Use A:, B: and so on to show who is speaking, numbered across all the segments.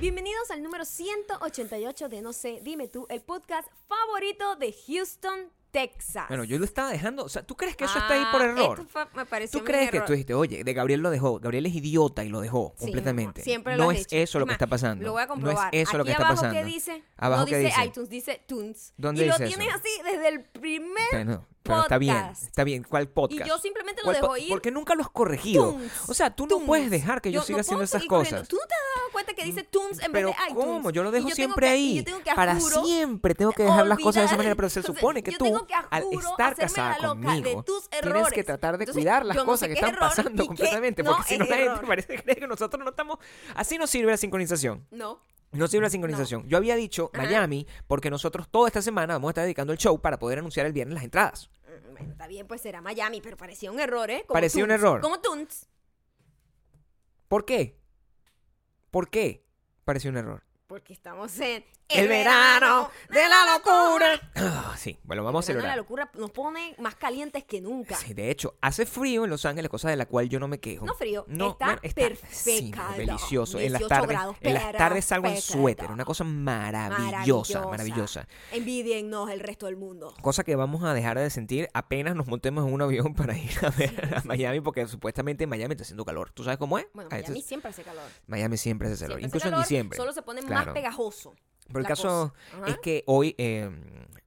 A: Bienvenidos al número 188 de No sé, dime tú, el podcast favorito de Houston, Texas.
B: Bueno, yo lo estaba dejando. O sea, ¿tú crees que eso está ahí por error?
A: Ah, me pareció
B: ¿Tú
A: un
B: crees que
A: error.
B: tú dijiste, oye, de Gabriel lo dejó, Gabriel es idiota y lo dejó
A: Sí,
B: completamente?
A: no, siempre
B: no
A: lo has
B: es
A: dicho.
B: eso lo que
A: Más,
B: está pasando.
A: Lo voy a comprobar.
B: No es eso lo que
A: Aquí
B: está
A: abajo,
B: pasando.
A: ¿qué dice?
B: Abajo,
A: no
B: ¿qué
A: dice,
B: dice?
A: iTunes, dice Tunes.
B: ¿Dónde
A: y lo
B: dice eso?
A: tienes así desde el primer
B: Bueno, pero
A: podcast.
B: está bien, está bien. ¿Cuál podcast?
A: Y yo simplemente lo
B: ¿Cuál
A: dejo
B: po-
A: ir.
B: ¿Por qué nunca lo has corregido?
A: Tunes,
B: O sea, tú no
A: Tunes.
B: puedes dejar que yo, siga
A: no
B: haciendo
A: puedo
B: esas
A: seguir corriendo.
B: cosas. Mm,
A: ¿Tú no te has dado cuenta que dice Tunes en
B: Pero
A: vez de iTunes?
B: ¿cómo? Yo lo
A: Y
B: dejo
A: tengo
B: siempre
A: que- y
B: ahí.
A: yo tengo que a
B: Para
A: juro
B: siempre tengo que dejar las cosas de esa
A: olvidar-
B: manera, pero se
A: Entonces,
B: supone que
A: yo
B: tú,
A: tengo que a
B: al
A: juro
B: estar
A: hacerme
B: casada
A: la loca de
B: conmigo,
A: tus
B: tienes que
A: errores.
B: tratar de
A: Entonces,
B: cuidar las
A: yo no
B: cosas
A: sé
B: que
A: qué
B: están
A: error
B: pasando
A: y qué
B: completamente,
A: no
B: porque si no
A: es
B: la gente
A: error.
B: parece que cree que nosotros no estamos... Así no sirve la sincronización.
A: No.
B: No sirve la sincronización. Yo había dicho
A: Ajá.
B: Miami porque nosotros toda esta semana vamos a estar dedicando el show para poder anunciar el viernes las entradas.
A: Mm, Bueno, está bien, pues era Miami, pero parecía un error, ¿eh? Como
B: Parecía un
A: Tunes,
B: error.
A: Como Tunes.
B: ¿Por qué? ¿Por qué? Pareció un error.
A: Porque estamos en
B: Ah, sí, bueno, vamos a
A: Verano de la
B: celebrar.
A: locura nos pone más calientes que nunca.
B: Sí, de hecho, hace frío en Los Ángeles, cosa de la cual yo no me quejo.
A: No frío, está
B: sí, no,
A: perfecado.
B: delicioso. En las
A: 18
B: tardes,
A: grados,
B: en las tardes salgo en
A: perfecto.
B: suéter, una cosa maravillosa, maravillosa.
A: Envidiennos el resto del mundo.
B: Cosa que vamos a dejar de sentir apenas nos montemos en un avión para ir a ver a Miami, porque supuestamente en Miami está haciendo calor. ¿Tú sabes cómo es?
A: Bueno,
B: Ah,
A: Miami
B: entonces-
A: siempre hace calor.
B: Miami siempre hace calor,
A: Siempre hace
B: incluso en
A: calor,
B: diciembre.
A: Solo se pone más
B: Claro.
A: pegajoso.
B: Pero el
A: la
B: caso
A: cosa.
B: es
A: Ajá.
B: que hoy eh,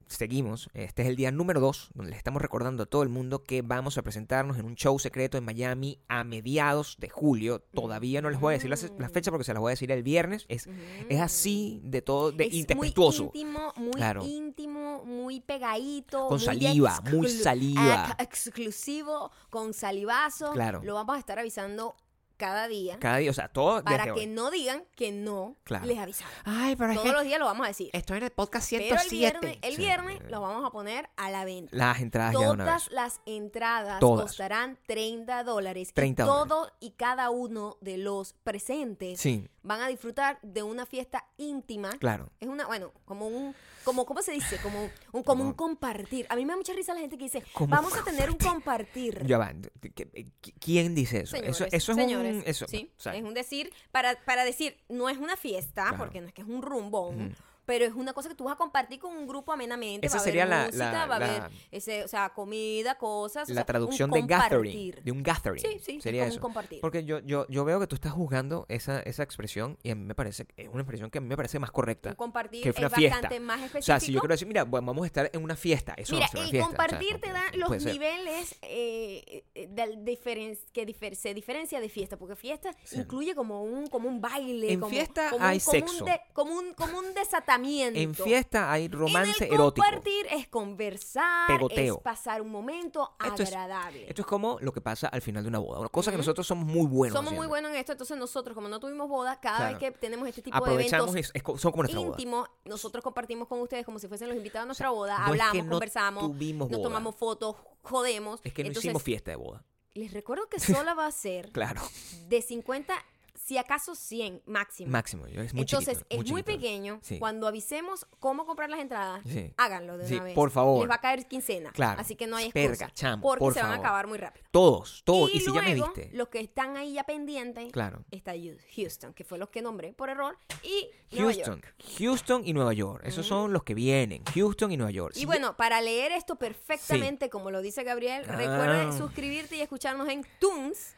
B: seguimos. Este es el día número 2, donde le estamos recordando a todo el mundo que vamos a presentarnos en un show secreto en Miami a mediados de julio. Todavía no les voy a decir la,
A: Mm.
B: se- la fecha porque se las voy a decir el viernes. Es, es así de todo, de
A: es muy
B: intempestuoso.
A: íntimo, muy
B: Claro.
A: íntimo, muy pegadito.
B: Con
A: muy
B: saliva,
A: exclu-
B: muy saliva.
A: ex- exclusivo, con salivazo.
B: Claro.
A: Lo vamos a estar avisando cada día
B: Cada día, o sea, todo
A: para
B: desde
A: que
B: hoy.
A: no digan que no
B: Claro.
A: les avisamos.
B: Ay, pero es
A: Todos
B: que
A: los días lo vamos a decir.
B: estoy en el podcast
A: Pero
B: 107.
A: el viernes, el
B: Sí.
A: viernes lo vamos a poner a la venta.
B: Las entradas Ah, ya de una vez.
A: Todas las entradas
B: Todas.
A: costarán 30 dólares.
B: 30
A: y
B: dólares.
A: todo y cada uno de los presentes
B: Sí,
A: van a disfrutar de una fiesta íntima.
B: claro.
A: Es una, bueno, como un, como, ¿cómo se dice? Como un, como un compartir. A mí me da mucha risa la gente que dice,
B: Como un
A: vamos a tener un compartir.
B: Ya va. ¿qué- qué- ¿Quién dice eso?
A: Señores,
B: eso, eso es
A: señores,
B: un. Eso,
A: sí,
B: o sea,
A: es un decir, para, para decir, no es una fiesta,
B: Claro.
A: porque no es que es un rumbón, pero es una cosa que tú vas a compartir con un grupo amenamente.
B: Esa
A: va a
B: sería
A: haber
B: la-
A: música,
B: la-
A: va a
B: la-
A: haber ese, o sea, comida, cosas. o sea,
B: la
A: un
B: traducción de gathering.
A: compartir.
B: De un gathering.
A: Sí, sí, sí,
B: sería
A: como un
B: eso.
A: compartir.
B: Porque yo, yo, yo veo que tú estás juzgando esa, esa expresión y a mí me parece, es una expresión que a mí me parece más correcta.
A: Un compartir
B: que
A: es
B: una
A: bastante
B: fiesta.
A: más
B: O sea, si yo
A: específico.
B: quiero decir, mira, bueno, vamos a estar en una fiesta. Eso
A: Mira,
B: no es una
A: el
B: fiesta. o sea,
A: compartir
B: no-
A: te
B: no-
A: da
B: no
A: los
B: puede ser.
A: niveles eh, eh, del diferen- que difer- se diferencia de fiesta, porque fiesta
B: Sí.
A: incluye como un, como un baile.
B: En
A: como,
B: fiesta
A: como
B: hay
A: un, como un
B: sexo.
A: de- como, un, como un desatamiento.
B: En fiesta hay romance
A: en el
B: erótico.
A: Compartir es conversar,
B: Pegoteo.
A: es pasar un momento
B: Esto es-
A: agradable.
B: Esto es como lo que pasa al final de una boda. Una cosa que
A: Ujú.
B: nosotros somos muy buenos.
A: Somos
B: haciendo.
A: muy buenos en esto, entonces nosotros, como no tuvimos boda, cada vez
B: Claro.
A: que tenemos este tipo de eventos
B: Aprovechamos, es- es co- son como nuestra boda.
A: íntimo, nosotros compartimos con ustedes como si fuesen los invitados a nuestra
B: O sea,
A: boda,
B: no es
A: hablamos,
B: que no
A: conversamos,
B: tuvimos
A: nos
B: boda.
A: tomamos fotos, jodemos.
B: Es que no
A: Entonces,
B: hicimos fiesta de boda.
A: Les recuerdo que sola va a ser
B: Claro.
A: de 50, si acaso 100 máximo.
B: Máximo. Es muy
A: Entonces,
B: chiquito,
A: es muy,
B: chiquito.
A: pequeño.
B: Sí.
A: Cuando avisemos cómo comprar las entradas,
B: Sí.
A: háganlo de
B: Sí,
A: una vez.
B: por favor.
A: Les va a caer quincena.
B: Claro.
A: Así que no hay excusa.
B: Verga, chamo,
A: porque
B: por
A: se van a
B: favor.
A: acabar muy rápido.
B: Todos, todos. Y, si
A: luego,
B: ya me viste.
A: los que están ahí ya pendientes,
B: Claro.
A: está Houston, que fue los que nombré por error, y Nueva
B: Houston,
A: York.
B: Houston y Nueva York. Esos son los que vienen. Houston y Nueva York.
A: Y
B: Si-
A: bueno, para leer esto perfectamente, como lo dice Gabriel,
B: Ah.
A: recuerda suscribirte y escucharnos en Tunes.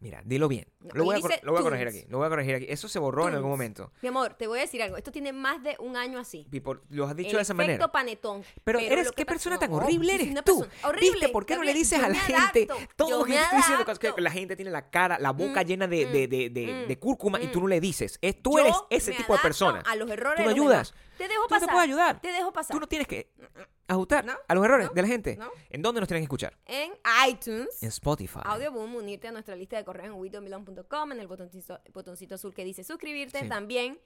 B: Mira, dilo bien.
A: No,
B: Lo voy,
A: ahí
B: a, cor-
A: dice
B: lo voy a corregir
A: Tunes.
B: aquí. Lo voy a corregir aquí. Eso se borró en algún
A: Tunes.
B: momento.
A: Mi amor, te voy a decir algo. Esto tiene más de un año así.
B: Y por- lo has dicho
A: el
B: de esa
A: efecto
B: manera.
A: panetón.
B: Pero, eres
A: lo
B: qué
A: que pasa-
B: persona
A: no,
B: tan horrible
A: yo soy
B: eres
A: una
B: tú.
A: persona horrible,
B: ¿Viste por qué no le
A: Gabriel?
B: dices
A: Yo
B: a la
A: me
B: gente
A: adapto,
B: todo
A: yo
B: lo que
A: me
B: te estoy diciendo? cosas
A: adapto. Mm,
B: Que la gente tiene la cara, la boca llena de, de, de, de, de cúrcuma y tú no le dices. Es, tú
A: Yo
B: eres ese
A: me
B: tipo de
A: adapto
B: persona.
A: A los errores.
B: Tú no
A: de los
B: ayudas.
A: demás. Te dejo
B: Tú no
A: pasar.
B: te puedo ayudar.
A: Te dejo pasar.
B: Tú no tienes que ajustar
A: Mm, No,
B: a los errores
A: no,
B: de la gente.
A: no.
B: ¿En dónde nos tienen que escuchar?
A: En iTunes.
B: En Spotify.
A: Audioboom, unirte a nuestra lista de correos en www.milon.com, en el botoncito, botoncito azul que dice suscribirte.
B: Sí.
A: También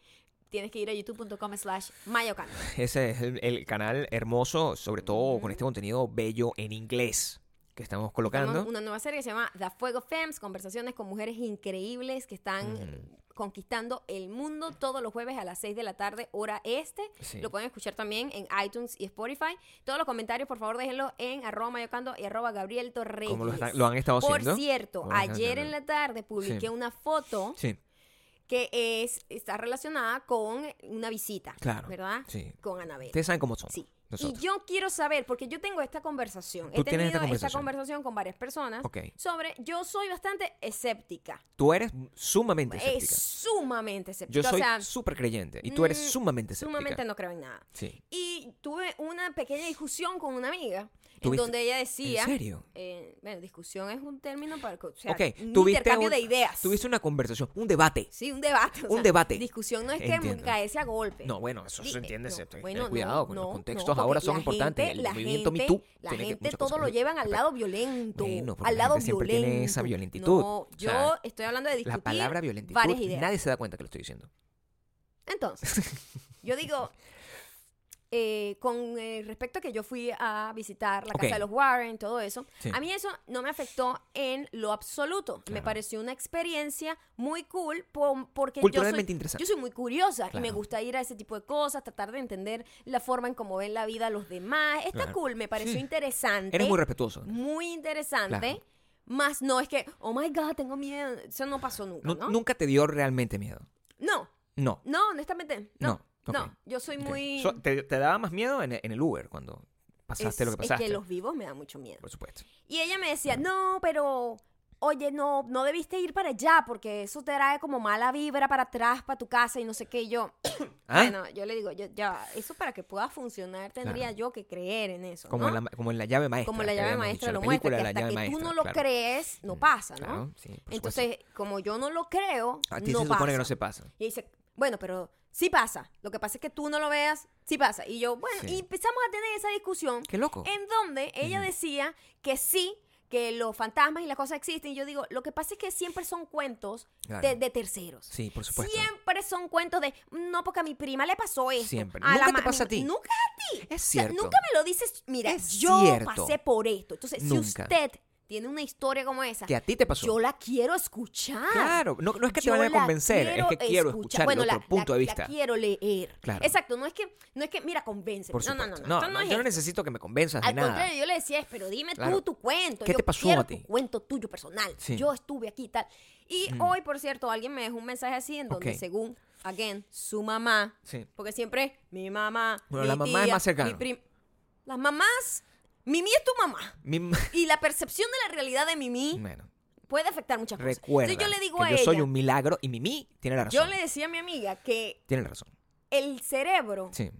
A: tienes que ir a youtube.com slash mayocando.
B: Ese es el, el canal hermoso, sobre todo con este contenido bello en inglés que estamos colocando.
A: Tenemos una nueva serie que se llama The Fuego Femmes, conversaciones con mujeres increíbles que están
B: Mm.
A: conquistando el mundo todos los jueves a las 6 de la tarde, hora este.
B: Sí.
A: Lo pueden escuchar también en iTunes y Spotify. Todos los comentarios, por favor, déjenlo en arroba mayocando y arroba Gabriel Torreyes.
B: Como lo, están- lo han estado
A: por
B: haciendo.
A: cierto,
B: Como lo están
A: ayer
B: haciendo.
A: en la tarde publiqué
B: Sí.
A: una foto
B: Sí.
A: que es, está relacionada con una visita,
B: Claro,
A: ¿verdad?
B: sí.
A: Con Anabel.
B: Ustedes saben cómo son.
A: Sí.
B: Nosotros.
A: Y yo quiero saber, porque yo tengo esta conversación.
B: Tú
A: He tenido
B: tienes
A: esta
B: esta
A: conversación.
B: conversación.
A: con varias personas
B: Ok.
A: sobre. Yo soy bastante escéptica.
B: Tú eres sumamente
A: Es
B: escéptica.
A: sumamente escéptica.
B: Yo soy
A: o sea,
B: súper creyente y tú eres
A: mm,
B: sumamente escéptica.
A: sumamente no creo en nada.
B: Sí.
A: Y tuve una pequeña discusión con una amiga en
B: ¿Tuviste-
A: donde ella decía.
B: ¿En serio?
A: eh, bueno, discusión es un término para. O sea,
B: ok,
A: un
B: tuviste
A: intercambio
B: un-
A: de ideas.
B: Tuviste una conversación, un debate.
A: Sí, un debate. o
B: Un
A: sea,
B: debate.
A: Discusión no es que
B: Entiendo.
A: caerse a golpe.
B: No, bueno, eso
A: Di-
B: se
A: eh,
B: entiende.
A: no,
B: se- ten
A: bueno, no,
B: cuidado, porque
A: no,
B: los contextos
A: no,
B: ahora
A: porque
B: son
A: la
B: importantes.
A: gente-
B: el
A: la
B: movimiento Me
A: gente-
B: Too
A: La
B: tiene que-
A: gente
B: muchas
A: todo
B: cosas
A: lo
B: que-
A: llevan al lado violento.
B: Bueno, porque
A: al
B: la
A: lado
B: gente siempre
A: violento.
B: tiene esa violentitud,
A: No,
B: o
A: yo
B: sea,
A: estoy hablando de discutir
B: La palabra violentitud,
A: varias ideas.
B: nadie se da cuenta que lo estoy diciendo.
A: Entonces, yo digo, eh, con eh, respecto a que yo fui a visitar la
B: Ok.
A: casa de los Warren, todo eso,
B: Sí.
A: a mí eso no me afectó en lo absoluto. Me
B: Claro.
A: pareció una experiencia muy cool por- porque
B: Culturalmente
A: yo soy,
B: interesante.
A: yo soy muy curiosa y me
B: Claro.
A: gusta ir a ese tipo de cosas, tratar de entender la forma en cómo ven la vida los demás. Está
B: Claro.
A: cool, me pareció
B: Sí.
A: interesante.
B: Eres muy respetuoso.
A: muy interesante.
B: Claro.
A: Más no es que, oh my god, tengo miedo. Eso no pasó nunca,
B: Nu-
A: ¿no?
B: Nunca te dio realmente miedo.
A: no.
B: No.
A: No, honestamente, no. No,
B: No, ok.
A: yo soy
B: Ok.
A: muy...
B: So- te, te daba más miedo en, en el Uber cuando pasaste
A: es,
B: lo que pasaste.
A: es que los vivos me da mucho miedo.
B: Por supuesto.
A: Y ella me decía, no, pero... Oye, no, no debiste ir para allá porque eso te trae como mala vibra para atrás, para tu casa y no sé qué. Y yo,
B: ¿Ah?
A: bueno, yo le digo, yo, ya, eso para que pueda funcionar tendría
B: Claro.
A: yo que creer en eso.
B: como,
A: ¿no?
B: en la, como en la llave maestra.
A: Como la
B: que
A: llave
B: habíamos
A: maestra
B: dicho,
A: lo
B: la
A: muestra, que
B: película de la
A: hasta que
B: llave
A: tú
B: maestra,
A: no lo
B: claro. Mm,
A: crees, no pasa, ¿no?
B: Claro, sí, por supuesto.
A: Entonces, como yo no lo creo,
B: a ti
A: no
B: se supone
A: pasa.
B: que no se pasa.
A: Y dice, bueno, pero sí pasa. Lo que pasa es que tú no lo veas, sí pasa. Y yo, bueno,
B: Sí.
A: y empezamos a tener esa discusión
B: Qué loco.
A: en donde ella decía que sí, que los fantasmas y las cosas existen. Y yo digo, lo que pasa es que siempre son cuentos
B: Claro.
A: de, de terceros.
B: Sí, por supuesto.
A: Siempre son cuentos de, no, porque a mi prima le pasó esto.
B: Siempre.
A: la
B: Nunca te
A: ma-
B: pasa a ti.
A: Nunca a ti.
B: Es
A: O sea,
B: cierto.
A: nunca me lo dices, mira,
B: Es
A: yo
B: cierto.
A: pasé por esto. Entonces, si
B: Nunca.
A: usted tiene una historia como esa,
B: Que a ti te pasó.
A: yo la quiero escuchar.
B: Claro, no, no es que te
A: Yo
B: vayan a
A: la
B: convencer, es que quiero escuchar
A: Bueno,
B: el
A: la-
B: otro punto
A: la-
B: de
A: la
B: vista.
A: quiero leer.
B: Claro.
A: Exacto, no es que, no es que mira, convence.
B: Por
A: no, no,
B: supuesto.
A: no, no, esto no es
B: yo no
A: esto.
B: necesito que me convenzas de
A: Al
B: nada.
A: contrario, yo le decía, es, pero dime tú
B: Claro.
A: tu cuento.
B: ¿Qué
A: yo
B: te pasó
A: quiero
B: a ti?
A: Tu cuento tuyo personal.
B: Sí. Mm.
A: Yo estuve aquí y tal. Y hoy, por cierto, alguien me dejó un mensaje así en donde,
B: Ok.
A: según, again, su mamá.
B: Sí.
A: Porque siempre es mi mamá.
B: Bueno,
A: mi
B: la mamá es
A: tía,
B: más cercana.
A: mi prim- Las mamás. Mimi es tu mamá.
B: Mi-
A: Y la percepción de la realidad de Mimi
B: bueno,
A: puede afectar muchas cosas.
B: recuerda
A: Entonces yo le digo
B: que
A: a
B: yo
A: ella.
B: soy un milagro y Mimi tiene la
A: Yo
B: razón.
A: le decía a mi amiga que
B: Tiene la razón.
A: el cerebro,
B: Sí.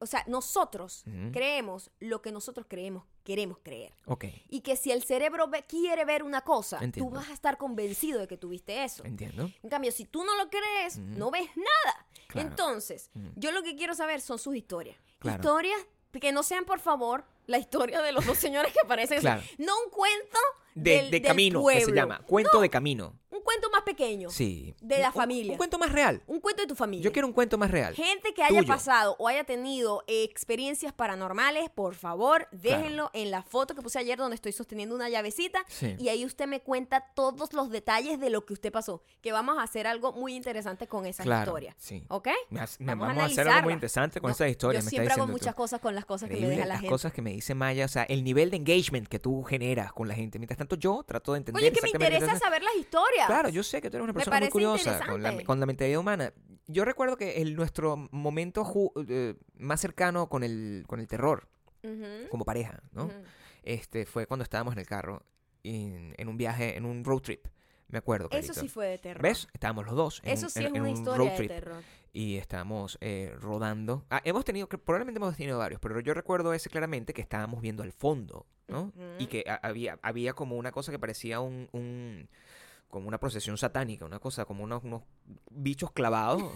A: o sea, nosotros
B: Ujú.
A: creemos lo que nosotros creemos, queremos creer.
B: Ok,
A: Y que si el cerebro ve- quiere ver una cosa,
B: Entiendo.
A: tú vas a estar convencido de que tuviste eso.
B: entiendo.
A: En cambio, si tú no lo crees, no ves nada.
B: Claro.
A: Entonces,
B: Ujú.
A: yo lo que quiero saber son sus historias.
B: Claro.
A: Historias que no sean, por favor, la historia de los dos señores que aparecen.
B: Claro.
A: No un cuento
B: De,
A: del-
B: de
A: del
B: camino, que se
A: pueblo.
B: llama. Cuento de camino.
A: Un cuento más pequeño.
B: Sí.
A: De la
B: Un- un-
A: familia.
B: Un, cuento más real.
A: Un cuento de tu familia.
B: Yo quiero un cuento más real.
A: Gente que haya
B: Tuyo.
A: pasado o haya tenido eh, experiencias paranormales, por favor, déjenlo en la foto que puse ayer donde estoy sosteniendo una llavecita
B: Sí.
A: y ahí usted me cuenta todos los detalles de lo que usted pasó, que vamos a hacer algo muy interesante con esa
B: Claro,
A: historia.
B: sí.
A: ¿Ok?
B: Me hace- me- vamos a hacer algo muy
A: analizarla.
B: interesante con
A: No,
B: esas historias,
A: Yo
B: me está
A: siempre hago
B: diciendo tú.
A: muchas cosas con las cosas que me
B: Increíble
A: deja la
B: las
A: gente.
B: cosas que me dice Maya, o sea, el nivel de engagement que tú generas con la gente. Mientras tanto, yo trato de entender
A: Oye, que me
B: exactamente qué
A: interesa
B: estás-
A: saber las historias.
B: Claro, yo sé que tú eres una
A: Me
B: persona muy
A: parece
B: curiosa con la,
A: interesante.
B: con la mentalidad humana. Yo recuerdo que el, nuestro momento ju- eh, más cercano con el, con el terror,
A: Ujú,
B: como pareja, ¿no?
A: ujú.
B: este, fue cuando estábamos en el carro, en, en un viaje, en un road trip. Me acuerdo.
A: Eso
B: Carito.
A: sí fue de terror.
B: ¿Ves? Estábamos los dos. en
A: Eso
B: un-
A: sí
B: en-
A: es
B: en
A: una
B: un
A: historia
B: road
A: de
B: trip
A: terror.
B: y estábamos eh, rodando. Ah, hemos tenido, que probablemente hemos tenido varios, pero yo recuerdo ese claramente que estábamos viendo al fondo, ¿no? Y que ha- había, había como una cosa que parecía un, un- como una procesión satánica, una cosa como unos, unos bichos clavados.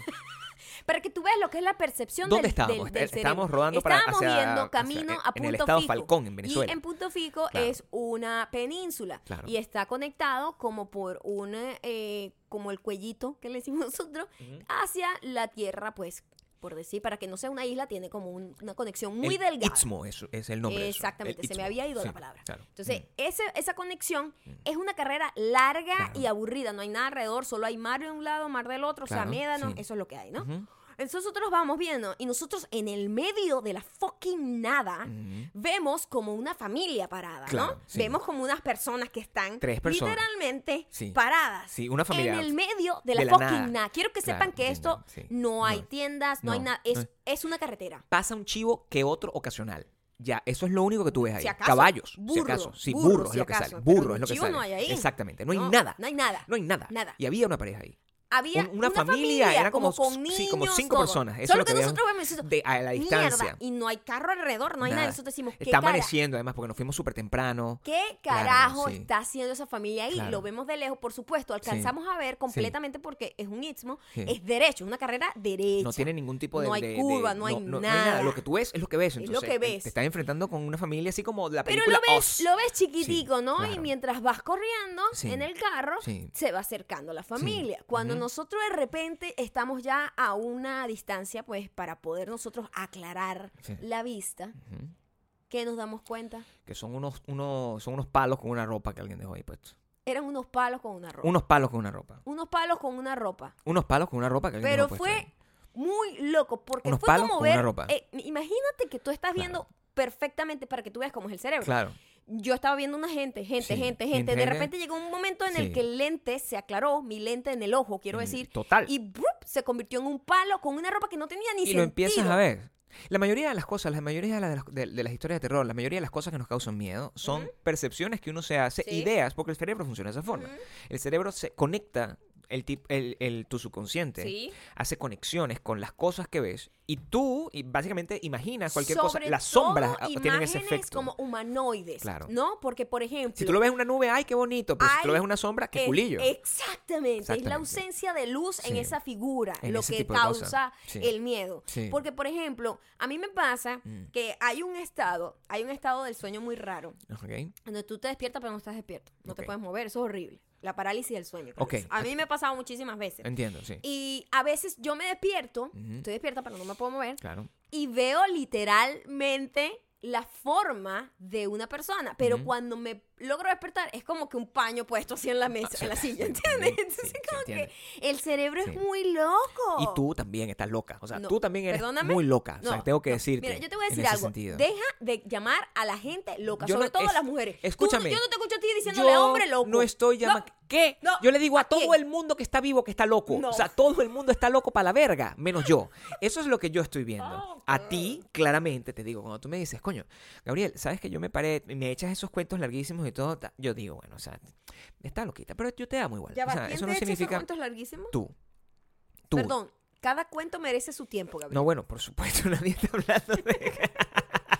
A: Para que tú veas lo que es la percepción
B: ¿Dónde
A: del-
B: estábamos?
A: del- del
B: Está-
A: cerebro.
B: estábamos rodando para-
A: Estábamos
B: hacia-
A: viendo
B: hacia-
A: camino a
B: en
A: Punto
B: el estado
A: Fico.
B: Falcón, en Venezuela.
A: Y en Punto Fico
B: Claro.
A: es una península
B: Claro.
A: y está conectado como por un eh, como el cuellito que le decimos nosotros hacia la tierra, pues por decir, para que no sea una isla tiene como un- una conexión muy
B: El
A: delgada.
B: Istmo es, es el nombre. de eso,
A: Exactamente,
B: el
A: se me
B: Istmo.
A: había ido la
B: Sí,
A: palabra.
B: claro.
A: Entonces,
B: Mm.
A: ese- esa conexión es una carrera larga
B: Claro.
A: y aburrida, no hay nada alrededor, solo hay mar de un lado, mar del otro, o sea,
B: Claro,
A: médanos,
B: sí.
A: eso es lo que hay, ¿no?
B: Ujú.
A: Entonces nosotros vamos viendo y nosotros en el medio de la fucking nada
B: Ujú.
A: vemos como una familia parada,
B: Claro,
A: ¿no?
B: sí.
A: Vemos como unas personas que están
B: Tres personas.
A: literalmente
B: Sí.
A: paradas.
B: Sí, una familia.
A: En el medio de la
B: de la
A: fucking
B: nada.
A: nada. Quiero que
B: Claro,
A: sepan que
B: entiendo,
A: esto
B: sí.
A: no hay
B: No.
A: tiendas, no, hay
B: No,
A: nada.
B: no
A: Es,
B: es-
A: es una carretera.
B: Pasa un chivo que otro ocasional. Ya, eso es lo único que tú ves ahí.
A: Si acaso,
B: Caballos, si
A: burro,
B: acaso. Sí, burro,
A: burro,
B: es
A: si
B: lo que
A: acaso,
B: sale.
A: pero
B: Burro es lo que
A: chivo
B: sale.
A: no hay ahí.
B: Exactamente, no hay nada.
A: No hay nada.
B: No hay nada.
A: Nada.
B: Y había una pareja ahí.
A: Había
B: Un- una, familia, era como,
A: con
B: sí, como
A: niños,
B: cinco
A: todo.
B: personas. Eso es
A: Solo
B: lo que,
A: que,
B: veíamos
A: nosotros vemos eso.
B: de- a la distancia.
A: Mierda, y no hay carro alrededor, no hay nada.
B: Nada.
A: Nosotros decimos, ¿qué
B: Está
A: cara?
B: amaneciendo, además, porque nos fuimos súper temprano.
A: ¿Qué
B: Claro,
A: carajo
B: sí.
A: está haciendo esa familia ahí?
B: Claro.
A: Lo vemos de lejos, por supuesto, alcanzamos a ver completamente porque es un istmo,
B: Sí.
A: es derecho, es una carrera derecha.
B: No tiene ningún tipo de.
A: No hay
B: de- de-
A: curva, no hay nada.
B: Lo que tú ves es lo que ves.
A: Es lo
B: Entonces,
A: que
B: eh,
A: ves.
B: Te estás enfrentando con una familia así como la
A: Pero
B: película
A: lo ves,
B: Oz.
A: lo ves chiquitico, ¿no? Y
B: claro.
A: mientras vas corriendo
B: Sí,
A: en el carro,
B: sí.
A: se va acercando la familia. Cuando
B: ujú.
A: nosotros de repente estamos ya a una distancia, pues para poder nosotros aclarar
B: Sí.
A: la vista,
B: Ujú.
A: ¿qué nos damos cuenta?
B: Que son unos, unos, son unos palos con una ropa que alguien dejó ahí puesto.
A: Eran unos palos con una ropa.
B: Unos palos con una ropa.
A: Unos palos con una ropa.
B: Unos palos con una ropa que alguien
A: Pero
B: dejó puesta
A: fue
B: ahí.
A: muy loco, porque
B: pues, Unos
A: fue
B: palos
A: como
B: con una
A: ver.
B: ropa.
A: eh, imagínate que tú estás
B: Claro.
A: viendo perfectamente para que tú veas cómo es el cerebro.
B: Claro.
A: Yo estaba viendo una gente, gente,
B: Sí,
A: gente,
B: gente,
A: gente. De
B: gente.
A: repente llegó un momento en
B: Sí.
A: el que el lente se aclaró, mi lente en el ojo, quiero
B: Mm,
A: decir.
B: Total.
A: Y ¡brup! se convirtió en un palo con una ropa que no tenía ni
B: y
A: sentido.
B: lo empiezas a ver. La mayoría de las cosas, la mayoría de las, de, de las historias de terror, la mayoría de las cosas que nos causan miedo son percepciones que uno se hace,
A: Sí.
B: ideas, porque el cerebro funciona de esa forma. El cerebro se conecta, el, tip- el, el- tu subconsciente
A: Sí.
B: hace conexiones con las cosas que ves y tú y básicamente imaginas cualquier cosa.
A: Sobre
B: Las sombras
A: todo,
B: ah, tienen ese
A: imágenes
B: efecto.
A: como humanoides.
B: Claro.
A: ¿No? Porque, por ejemplo.
B: Si tú lo ves en una nube, ¡ay, qué bonito! Pero si tú
A: Ay,
B: lo ves en una sombra, ¡qué
A: Eh,
B: culillo!
A: Exactamente, es
B: Exactamente.
A: la ausencia de luz en
B: Sí.
A: esa figura
B: En
A: lo
B: ese
A: que
B: tipo de cosas.
A: causa
B: Sí.
A: el miedo.
B: Sí.
A: Porque, por ejemplo, a mí me pasa
B: Mm.
A: que hay un estado, hay un estado del sueño muy raro,
B: Ok.
A: donde tú te despiertas pero no estás despierto, no
B: Ok.
A: te puedes mover, eso es horrible. La parálisis del sueño.
B: Ok.
A: Carlos. A mí me ha pasado muchísimas veces.
B: Entiendo, sí.
A: Y a veces yo me despierto,
B: Ujú.
A: estoy despierta pero no me puedo mover,
B: Claro.
A: y veo literalmente la forma de una persona, pero
B: Ujú.
A: cuando me logro despertar es como que un paño puesto así en la mesa,
B: Ah, sí,
A: en la silla,
B: sí,
A: ¿entiendes?
B: sí,
A: Entonces
B: sí,
A: como
B: se entiende.
A: que el cerebro
B: Sí.
A: es muy loco.
B: Y tú también estás loca. O sea,
A: Oh. No,
B: tú también eres
A: perdóname,
B: muy loca. o sea,
A: no,
B: tengo que
A: no.
B: decirte.
A: Mira, yo te voy a
B: en
A: decir
B: ese
A: algo.
B: sentido.
A: Deja de llamar a la gente loca,
B: Yo
A: sobre
B: no-
A: todo
B: es-
A: a las mujeres. Tú-
B: escúchame.
A: yo no te escucho a ti diciéndole a hombre loco.
B: No estoy llamando. ¿Qué?
A: no,
B: yo le digo a,
A: ¿a
B: todo
A: quién?
B: el mundo que está vivo que está loco.
A: No.
B: O sea, todo el mundo está loco para la verga, menos yo. Eso es lo que yo estoy viendo.
A: Ah,
B: A ti, claramente, te digo, cuando tú me dices, coño, Gabriel, ¿sabes que yo me paré y me echas esos cuentos larguísimos y todo? ta- Yo digo, bueno, o sea, está loquita, pero yo te amo igual.
A: Ya
B: o
A: va,
B: sea,
A: ¿quién
B: eso
A: te
B: no
A: ha hecho esos
B: significa
A: cuentos larguísimos?
B: tú. Tú.
A: Perdón, cada cuento merece su tiempo, Gabriel.
B: No, bueno, por supuesto, nadie está hablando de.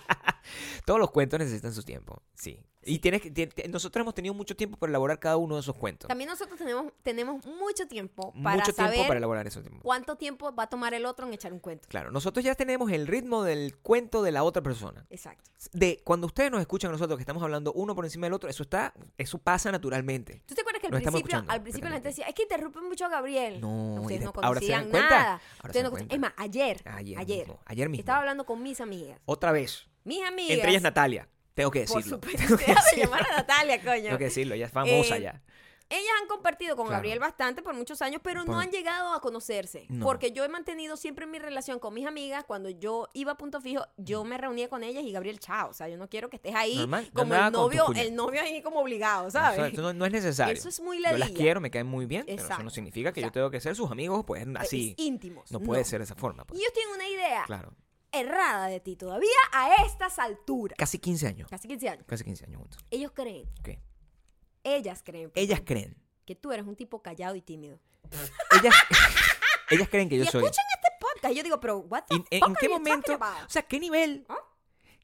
B: Todos los cuentos necesitan su tiempo, sí. Y tienes que, tien- te- nosotros hemos tenido mucho tiempo para elaborar cada uno de esos cuentos.
A: También nosotros tenemos, tenemos mucho tiempo para
B: mucho
A: saber
B: tiempo para elaborar esos tiempos.
A: cuánto tiempo va a tomar el otro en echar un cuento.
B: Claro, nosotros ya tenemos el ritmo del cuento de la otra persona.
A: Exacto.
B: De cuando ustedes nos escuchan a nosotros que estamos hablando uno por encima del otro, eso está, eso pasa naturalmente.
A: ¿Tú te acuerdas que al
B: Lo estamos
A: principio,
B: escuchando,
A: al principio la gente decía,
B: perfectamente.
A: es que interrumpen mucho a Gabriel?
B: No, y
A: ustedes no
B: de- ahora se dan
A: conocían
B: cuenta,
A: nada.
B: ahora se
A: Ustedes
B: dan
A: no
B: cuenta.
A: conocían- Es más, ayer,
B: Ayer,
A: ayer,
B: mismo, ayer mismo.
A: estaba hablando con mis amigas.
B: Otra vez,
A: Mis amigas.
B: entre ellas Natalia, tengo que
A: por
B: decirlo.
A: supuesto,
B: tengo, que
A: déjame
B: decirlo.
A: llamar a Natalia, coño.
B: Tengo que decirlo, ella es famosa
A: Eh,
B: ya.
A: Ellas han compartido con
B: Claro.
A: Gabriel bastante por muchos años, pero no
B: Por-
A: han llegado a conocerse.
B: No.
A: Porque yo he mantenido siempre mi relación con mis amigas. Cuando yo iba a punto fijo, yo me reunía con ellas y Gabriel, chao. O sea, yo no quiero que estés ahí
B: Mm. Normal, no
A: como
B: me haga
A: el
B: con tu
A: novio,
B: cuña.
A: el novio ahí como obligado,
B: No,
A: ¿sabes?
B: Eso, eso no, no es necesario.
A: Eso es muy
B: Yo las
A: ladilla.
B: quiero, me caen muy bien, pero eso no
A: Exacto.
B: significa que yo
A: Exacto.
B: tengo que ser sus amigos, pues
A: Es
B: así.
A: íntimos.
B: No puede ser de esa forma. pues.
A: Y ellos tienen una idea
B: Claro.
A: errada de ti todavía a estas alturas.
B: Casi 15 años.
A: Casi 15 años.
B: Casi 15 años juntos.
A: Ellos creen,
B: Ok.
A: ellas creen
B: Ellas creen.
A: que tú eres un tipo callado y tímido.
B: Ellas, ellas creen que yo
A: y
B: soy.
A: escuchan este podcast. Y yo digo, pero, ¿what the
B: ¿En, en-
A: fuck are
B: en qué
A: you talking
B: momento?
A: about?
B: O sea, ¿qué nivel?
A: ¿Ah?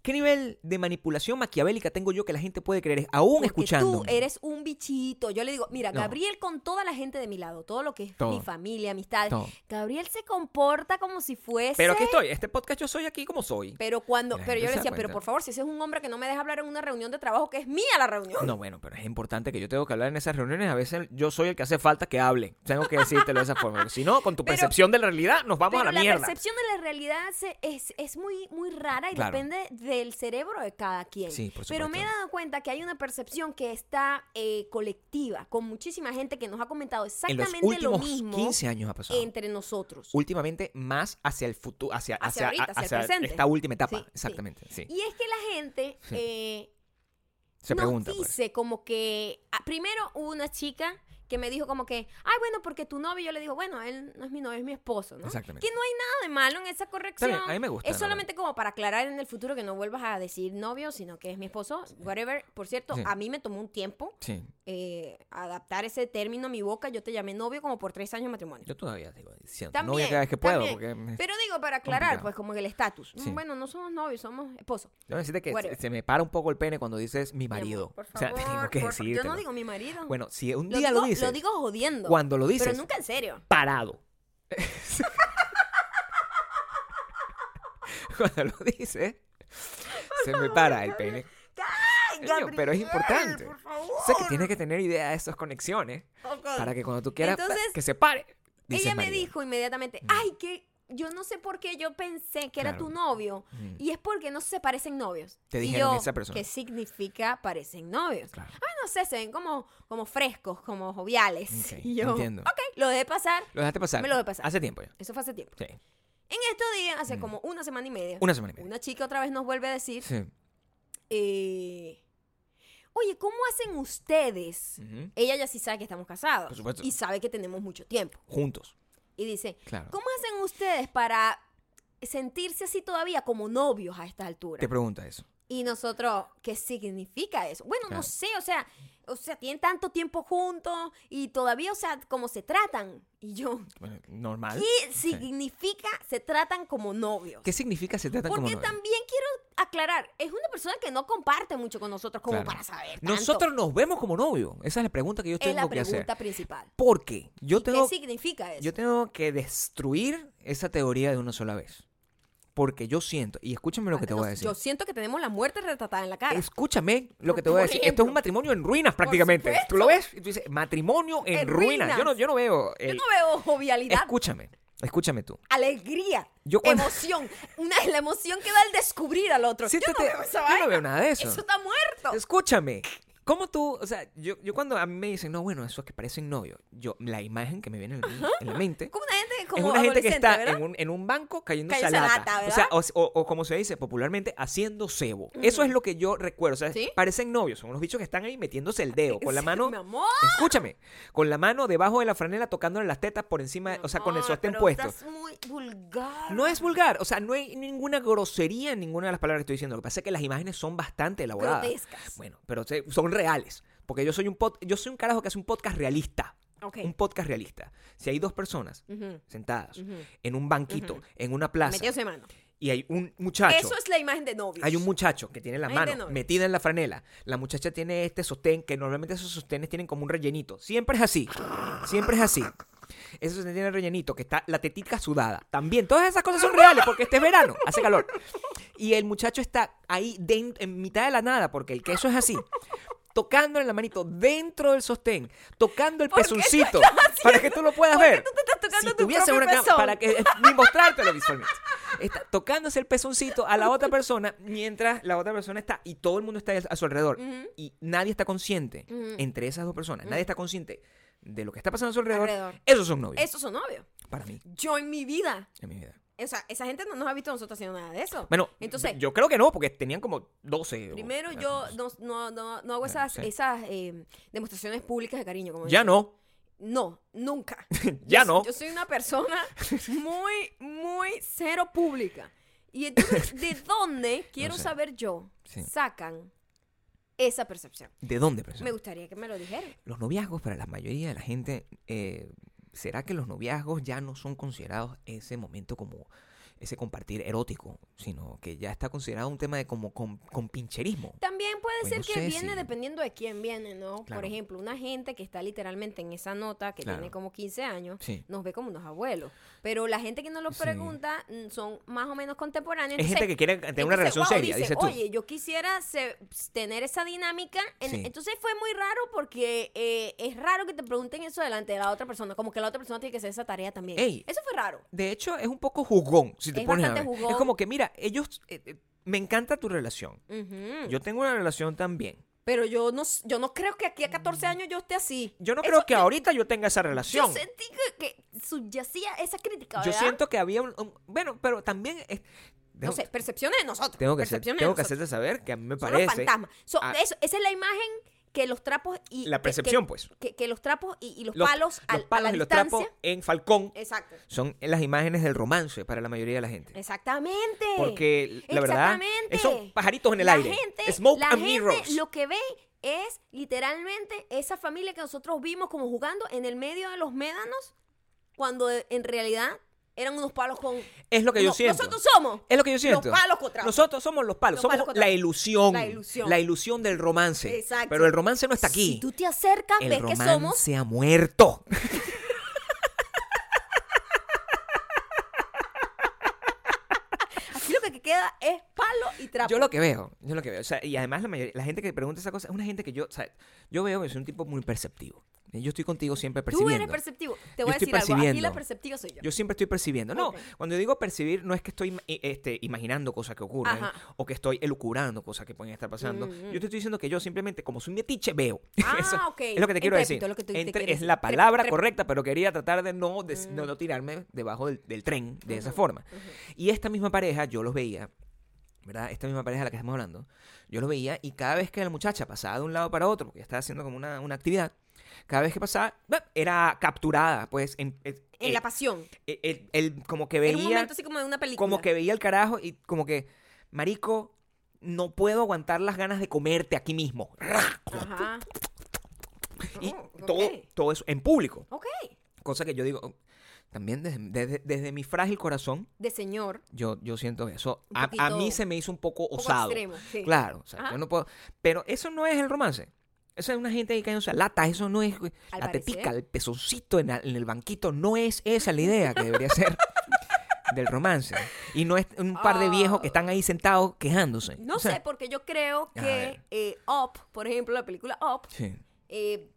B: ¿Qué nivel de manipulación maquiavélica tengo yo que la gente puede creer aún
A: Porque
B: escuchando?
A: Tú eres un bichito. Yo le digo, mira,
B: No.
A: Gabriel con toda la gente de mi lado, todo lo que es
B: Todo.
A: mi familia, amistades.
B: Todo.
A: Gabriel se comporta como si fuese.
B: Pero aquí estoy. Este podcast yo soy aquí como soy.
A: Pero cuando,
B: La
A: pero
B: gente
A: yo le
B: se da
A: decía, pero
B: cuenta.
A: por favor, si ese es un hombre que no me deja hablar en una reunión de trabajo que es mía la reunión.
B: No, bueno, pero es importante que yo tengo que hablar en esas reuniones. A veces yo soy el que hace falta que hable. Tengo que decírtelo de esa forma. porque si no, con tu
A: Pero-
B: percepción de la realidad, nos vamos
A: pero
B: a la,
A: la
B: mierda.
A: percepción de la realidad se- es, es muy, muy rara y
B: Claro.
A: depende de desde el cerebro de cada quien.
B: Sí, por
A: Pero
B: supuesto.
A: me he dado cuenta que hay una percepción que está eh, colectiva, con muchísima gente que nos ha comentado
B: En los
A: exactamente lo
B: últimos
A: mismo
B: 15 años ha pasado.
A: entre nosotros.
B: Últimamente más hacia el futuro, hacia,
A: Hacia
B: hacia,
A: ahorita, hacia el presente.
B: esta última etapa.
A: Sí, sí.
B: Exactamente, sí.
A: Y es que la gente eh,
B: Se
A: nos
B: pregunta. pues.
A: dice como que ah, primero hubo una chica que me dijo como que, ay, bueno, porque tu novio, yo le digo, bueno, él no es mi novio, es mi esposo, ¿no?
B: Exactamente.
A: Que no hay nada de malo en esa corrección.
B: Está bien, a mí me gusta,
A: Es
B: la
A: solamente como para aclarar en el futuro que no vuelvas a decir novio, sino que es mi esposo, whatever. Por cierto,
B: Sí.
A: a mí me tomó un tiempo
B: Sí.
A: eh, adaptar ese término a mi boca. Yo te llamé novio como por tres años de matrimonio.
B: Yo todavía digo, diciendo,
A: También,
B: no voy a cada vez que puedo,
A: también.
B: porque me-
A: Pero digo, para aclarar,
B: Complicado.
A: pues como que el estatus.
B: Sí.
A: Bueno, no somos novios, somos esposos.
B: debo decirte que
A: Whatever.
B: se, se me para un poco el pene cuando dices mi
A: Mi amor,
B: marido.
A: Por
B: o sea,
A: favor,
B: tengo que
A: por fa- Yo no
B: decírtelo.
A: digo mi marido.
B: Bueno, si un
A: lo
B: día
A: digo,
B: lo dices,
A: lo digo jodiendo.
B: cuando lo dices,
A: Pero nunca en serio.
B: parado. Cuando lo dices, se me para el pene. Coño, pero es importante.
A: Por favor.
B: O sea que tienes que tener idea de esas conexiones
A: Ok.
B: para que cuando tú quieras pa-
A: Entonces,
B: que se pare. dices
A: Ella me
B: marido.
A: dijo inmediatamente, ay, que yo no sé por qué yo pensé que era
B: Claro.
A: tu novio.
B: Mm.
A: Y es porque no se parecen novios.
B: Te
A: Y
B: dijeron
A: yo,
B: esa persona.
A: ¿Qué significa parecen novios?
B: Claro.
A: Ay, no sé, se ven como, como frescos, como joviales.
B: Ok,
A: Y yo,
B: entiendo.
A: ok, lo dejé pasar.
B: Lo dejaste pasar.
A: Me lo dejé pasar.
B: Hace tiempo ya.
A: Eso fue hace tiempo.
B: Sí.
A: En estos días, hace como una semana y media,
B: Mm. Una semana y media.
A: una chica otra vez nos vuelve a decir,
B: Sí.
A: eh, oye, ¿cómo hacen ustedes?
B: Ujú.
A: Ella ya sí sabe que estamos casados.
B: Por supuesto.
A: Y sabe que tenemos mucho tiempo.
B: Juntos.
A: Y dice,
B: Claro.
A: ¿cómo hacen ustedes para sentirse así todavía como novios a esta altura?
B: Te pregunta eso.
A: Y nosotros, ¿qué significa eso? Bueno, no
B: Claro.
A: sé, o sea, o sea, tienen tanto tiempo juntos y todavía, o sea, como se tratan. Y yo,
B: Bueno, normal.
A: ¿qué
B: Sí.
A: significa se tratan como novios?
B: ¿Qué significa se tratan como
A: Porque
B: novios?
A: también quiero aclarar, es una persona que no comparte mucho con nosotros como
B: Claro.
A: para saber. tanto.
B: Nosotros nos vemos como novios. Esa es la pregunta que yo
A: es
B: tengo
A: la
B: que hacer.
A: pregunta principal.
B: ¿Por qué? Yo
A: ¿Y
B: tengo,
A: ¿Qué significa eso?
B: yo tengo que destruir esa teoría de una sola vez. Porque yo siento, y escúchame lo que te
A: No
B: voy a
A: sé,
B: decir.
A: Yo siento que tenemos la muerte retratada en la cara.
B: Escúchame lo que te
A: Por
B: voy a decir. Esto es
A: ejemplo.
B: un matrimonio en ruinas prácticamente. Tú lo ves y tú dices, matrimonio en,
A: En
B: ruinas.
A: ruinas.
B: Yo, no, yo no veo.
A: Yo
B: el-
A: no veo jovialidad,
B: Escúchame, escúchame tú.
A: alegría,
B: Yo cuando-
A: emoción. Una, la emoción que da el descubrir al otro. yo no
B: Siéntete-
A: veo esa
B: yo no
A: vaina.
B: veo nada de eso.
A: Eso está muerto.
B: Escúchame. ¿Cómo tú, o sea, yo, yo cuando a mí me dicen, no, bueno, eso es que parecen novios, yo, la imagen que me viene en la, en la mente
A: Como una gente
B: es
A: como
B: una gente que
A: adolescente,
B: está
A: ¿verdad?
B: en un, en un banco cayendo
A: Cayéndose a
B: salata.
A: lata,
B: o sea, o, o- o como se dice popularmente, haciendo cebo. Eso es lo que yo recuerdo. O sea,
A: ¿Sí?
B: parecen novios, son unos bichos que están ahí metiéndose el dedo con la
A: Sí,
B: mano.
A: mi amor.
B: Escúchame, con la mano debajo de la franela tocándole las tetas por encima, o sea, con el
A: Amor,
B: sostén
A: pero
B: puesto.
A: Estás muy vulgar.
B: No es vulgar, o sea, no hay ninguna grosería en ninguna de las palabras que estoy diciendo. Lo que pasa es que las imágenes son bastante elaboradas.
A: Grotescas.
B: Bueno, pero se- son reales. Porque yo soy un pod- yo soy un carajo que hace un podcast realista.
A: Ok.
B: Un podcast realista. Si hay dos personas
A: Ujú.
B: sentadas
A: Ujú.
B: en un banquito, en una plaza,
A: Metióse mano.
B: y hay un muchacho.
A: Eso es la imagen de novios.
B: Hay un muchacho que tiene la
A: Hay de
B: mano
A: novio.
B: metida en la franela. La muchacha tiene este sostén, que normalmente esos sostenes tienen como un rellenito. Siempre es así. Siempre es así. Ese sostén tiene rellenito, que está la tetica sudada. También, todas esas cosas son reales, porque este es verano, hace calor. Y el muchacho está ahí den- en mitad de la nada, porque el queso es así. Tocándole la manito dentro del sostén, tocando el
A: ¿Por qué
B: pezoncito,
A: tú estás haciendo-
B: para que tú lo puedas
A: ¿Por qué
B: ver.
A: tú te estás tocando
B: si
A: tu
B: tuviese
A: propio
B: una cámara,
A: pezón?
B: para que eh, ni mostrártelo visualmente. Está tocándose el pezoncito a la otra persona mientras la otra persona está y todo el mundo está a su alrededor y nadie está consciente entre esas dos personas, nadie está consciente de lo que está pasando a su alrededor.
A: Alrededor.
B: Esos son novios
A: Esos son novios.
B: para mí
A: Yo en mi vida.
B: en mi vida.
A: O sea, esa gente no nos ha visto a nosotros haciendo nada de eso.
B: Bueno,
A: entonces,
B: yo creo que no porque tenían como 12. o-
A: Primero, yo no, no- no- no hago esas,
B: sí.
A: esas eh, demostraciones públicas de cariño. Como
B: ya
A: dicen.
B: no.
A: No, nunca.
B: Ya
A: Yo-
B: no.
A: Yo soy una persona muy, muy cero pública. Y entonces, ¿de dónde, quiero
B: sé.
A: saber yo,
B: Sí.
A: sacan esa percepción?
B: ¿De dónde, profesor?
A: Me gustaría que me lo dijeran.
B: Los noviazgos para la mayoría de la gente, eh, ¿será que los noviazgos ya no son considerados ese momento como ese compartir erótico, sino que ya está considerado un tema de como con, pincherismo?
A: También puede
B: Pues no
A: ser que
B: sé
A: viene
B: si-
A: dependiendo de quién viene, ¿no?
B: Claro.
A: Por ejemplo, una gente que está literalmente en esa nota, que
B: Claro.
A: tiene como 15 años,
B: Sí.
A: nos ve como unos abuelos. Pero la gente que nos lo
B: Sí.
A: pregunta mm, son más o menos contemporáneos.
B: Es gente
A: entonces-
B: que quiere tener una
A: Entonces,
B: relación
A: guau,
B: seria,
A: dice,
B: dices tú.
A: Oye, yo quisiera se- tener esa dinámica. En-
B: Sí.
A: Entonces fue muy raro porque eh, es raro que te pregunten eso delante de la otra persona. Como que la otra persona tiene que hacer esa tarea también.
B: Ey.
A: Eso fue raro.
B: De hecho, es un poco jugón, si te
A: Es
B: pones a
A: bastante
B: ver.
A: jugón.
B: Es como que, mira, ellos eh, eh, me encanta tu relación.
A: Ujú.
B: Yo tengo una relación también.
A: Pero yo no, s- yo no creo que aquí a 14 años yo esté así.
B: Yo no
A: Eso-
B: creo que ahorita yo tenga esa
A: Yo
B: relación.
A: sentí que, que subyacía esa crítica,
B: Yo
A: ¿verdad?
B: siento que había un, un- bueno, pero también es-
A: No
B: tengo,
A: sé, percepciones de nosotros.
B: tengo que hacer-
A: percepciones de
B: tengo que
A: nosotros.
B: hacerte saber que a mí me
A: Son los
B: parece
A: fantasmas. So,
B: Ah.
A: eso- esa es la imagen que los trapos y...
B: la
A: que-
B: percepción,
A: que,
B: pues.
A: Que, que los trapos y, y los,
B: Los-
A: palos
B: los
A: al, a la
B: y los
A: distancia...
B: trapos en Falcón
A: Exacto.
B: son las imágenes del romance para la mayoría de la gente.
A: Exactamente.
B: Porque la verdad,
A: Eh, Exactamente.
B: son pajaritos en el
A: la
B: aire.
A: Gente,
B: Smoke
A: la
B: and
A: gente
B: mirrors.
A: lo que ve es literalmente esa familia que nosotros vimos como jugando en el medio de los médanos cuando de- en realidad eran unos palos con...
B: Es lo que yo
A: No,
B: siento.
A: Nosotros somos
B: Es lo que yo siento.
A: palos contra-
B: Nosotros somos los palos,
A: Los
B: somos
A: palos contra-
B: la ilusión,
A: La ilusión.
B: la ilusión del romance.
A: Exacto.
B: Pero el romance no está aquí.
A: Si tú te acercas,
B: el
A: ves que
B: romance
A: somos.
B: ha muerto.
A: Aquí lo que queda es palo y trapo.
B: Yo lo que veo, yo lo que veo, o sea, y además la mayoría, la gente que pregunta esa cosa es una gente que yo, o sea, yo veo que soy un tipo muy perceptivo. Yo estoy contigo siempre
A: Tú
B: percibiendo.
A: eres perceptivo. Te
B: Yo
A: voy a
B: estoy
A: decir algo. Aquí
B: percibiendo.
A: la perceptiva soy yo.
B: Yo siempre estoy percibiendo. No,
A: Ok.
B: cuando digo percibir, no es que estoy ima- i- este, imaginando cosas que ocurren
A: Ajá.
B: o que estoy elucubrando cosas que pueden estar pasando.
A: Mm, mm.
B: Yo te estoy diciendo que yo simplemente, como soy metiche, veo.
A: Ah,
B: Eso
A: ok.
B: Es lo que te quiero
A: Intrépito,
B: decir.
A: lo que tú te
B: Entre-
A: quieres
B: es
A: decir.
B: la palabra
A: Trep- trep-
B: correcta, pero quería tratar de no, des-
A: Mm.
B: no, no tirarme debajo del, del tren de esa forma. Y esta misma pareja, yo los veía. ¿Verdad? Esta misma pareja de la que estamos hablando, yo los veía y cada vez que la muchacha pasaba de un lado para otro, porque estaba haciendo como una, una actividad, cada vez que pasaba, ¡bap! era capturada, pues, en, en-
A: En la pasión.
B: el- e, el- el como que
A: En un
B: veía
A: momento así como de una película.
B: como que veía el carajo y como que marico no puedo aguantar las ganas de comerte aquí mismo
A: Ajá.
B: y
A: Oh, ok.
B: todo todo eso en público
A: Ok.
B: cosa que yo digo oh, también desde, desde, desde mi frágil corazón
A: De señor.
B: yo yo siento que eso
A: Un
B: a, a
A: poquito-
B: mí se me hizo un poco
A: poco
B: osado
A: extremo, sí.
B: claro o sea,
A: Eh, Ajá.
B: yo no puedo pero eso no es el romance eso es una gente ahí cayéndose a lata, eso no es
A: Al
B: la
A: parecer.
B: tetica, el pezoncito en, la- en el banquito, no es esa la idea que debería ser del romance. Y no es un par de viejos que están ahí sentados quejándose.
A: Ah. No
B: O sea,
A: sé, porque yo creo que
B: ver.
A: eh, Up, por ejemplo, la película Up,
B: sí.
A: eh,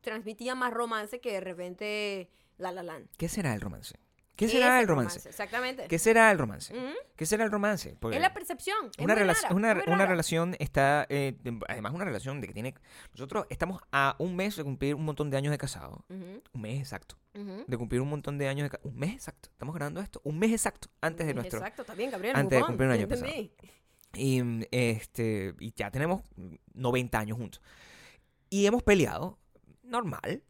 A: transmitía más romance que de repente La La Land.
B: ¿Qué será el romance? ¿Qué
A: Ese
B: será el romance?
A: Exactamente.
B: ¿Qué será el romance?
A: Ujú.
B: ¿Qué será el romance? Porque
A: Es la percepción. es
B: una,
A: muy
B: relación-
A: rara,
B: una,
A: muy
B: una
A: rara.
B: relación está, eh, además una relación de que tiene, nosotros estamos a un mes de cumplir un montón de años de casado.
A: Ujú,
B: Un mes exacto.
A: ujú.
B: De cumplir un montón de años de casado. Un mes exacto. Estamos grabando esto. Un mes exacto antes de nuestro.
A: Exacto, también, Gabriel.
B: antes de
A: move on,
B: cumplir un
A: ya
B: año pasado.
A: entendí.
B: Y, mm, este, y ya tenemos 90 años juntos. Y hemos peleado normal.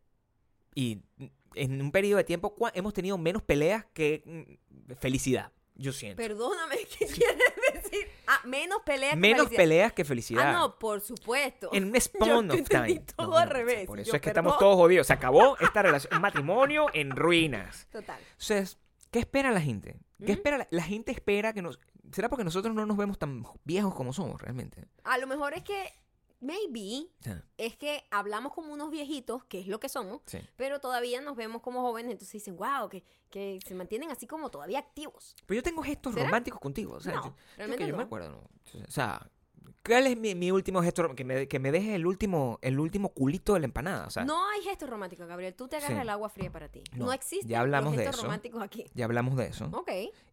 B: Y mm, en un periodo de tiempo cua- hemos tenido menos peleas que mm, felicidad, yo siento.
A: Perdóname, ¿qué quieres decir? Ah, menos peleas. que
B: menos
A: felicidad.
B: peleas que felicidad.
A: Ah, no, por supuesto.
B: En un spawn
A: Yo
B: of time.
A: entendí todo al
B: o sea,
A: revés,
B: Por
A: y
B: eso
A: yo,
B: es que estamos
A: perdón.
B: todos jodidos. Se acabó esta relación. Un matrimonio en ruinas.
A: Total.
B: Entonces, ¿qué espera la gente? ¿Qué
A: ¿Mm?
B: espera? La, la gente espera que nos. ¿Será porque nosotros no nos vemos tan viejos como somos realmente?
A: A lo mejor es que, maybe,
B: O sea,
A: es que hablamos como unos viejitos, que es lo que somos,
B: sí.
A: pero todavía nos vemos como jóvenes, entonces dicen, wow, que, que se mantienen así como todavía activos.
B: Pero yo tengo gestos
A: ¿Será?
B: románticos contigo. O sea,
A: No,
B: yo- yo
A: realmente
B: que yo
A: no.
B: me acuerdo, ¿no? O sea, ¿cuál es mi, mi último gesto? rom- Que me, que me dejes el último, el último culito de la empanada. O sea,
A: no hay gestos románticos, Gabriel. Tú te agarras
B: Sí.
A: el agua fría para ti.
B: No,
A: No, existen
B: ya hablamos
A: los
B: de
A: gestos
B: eso.
A: románticos aquí.
B: ya hablamos de eso.
A: Ok.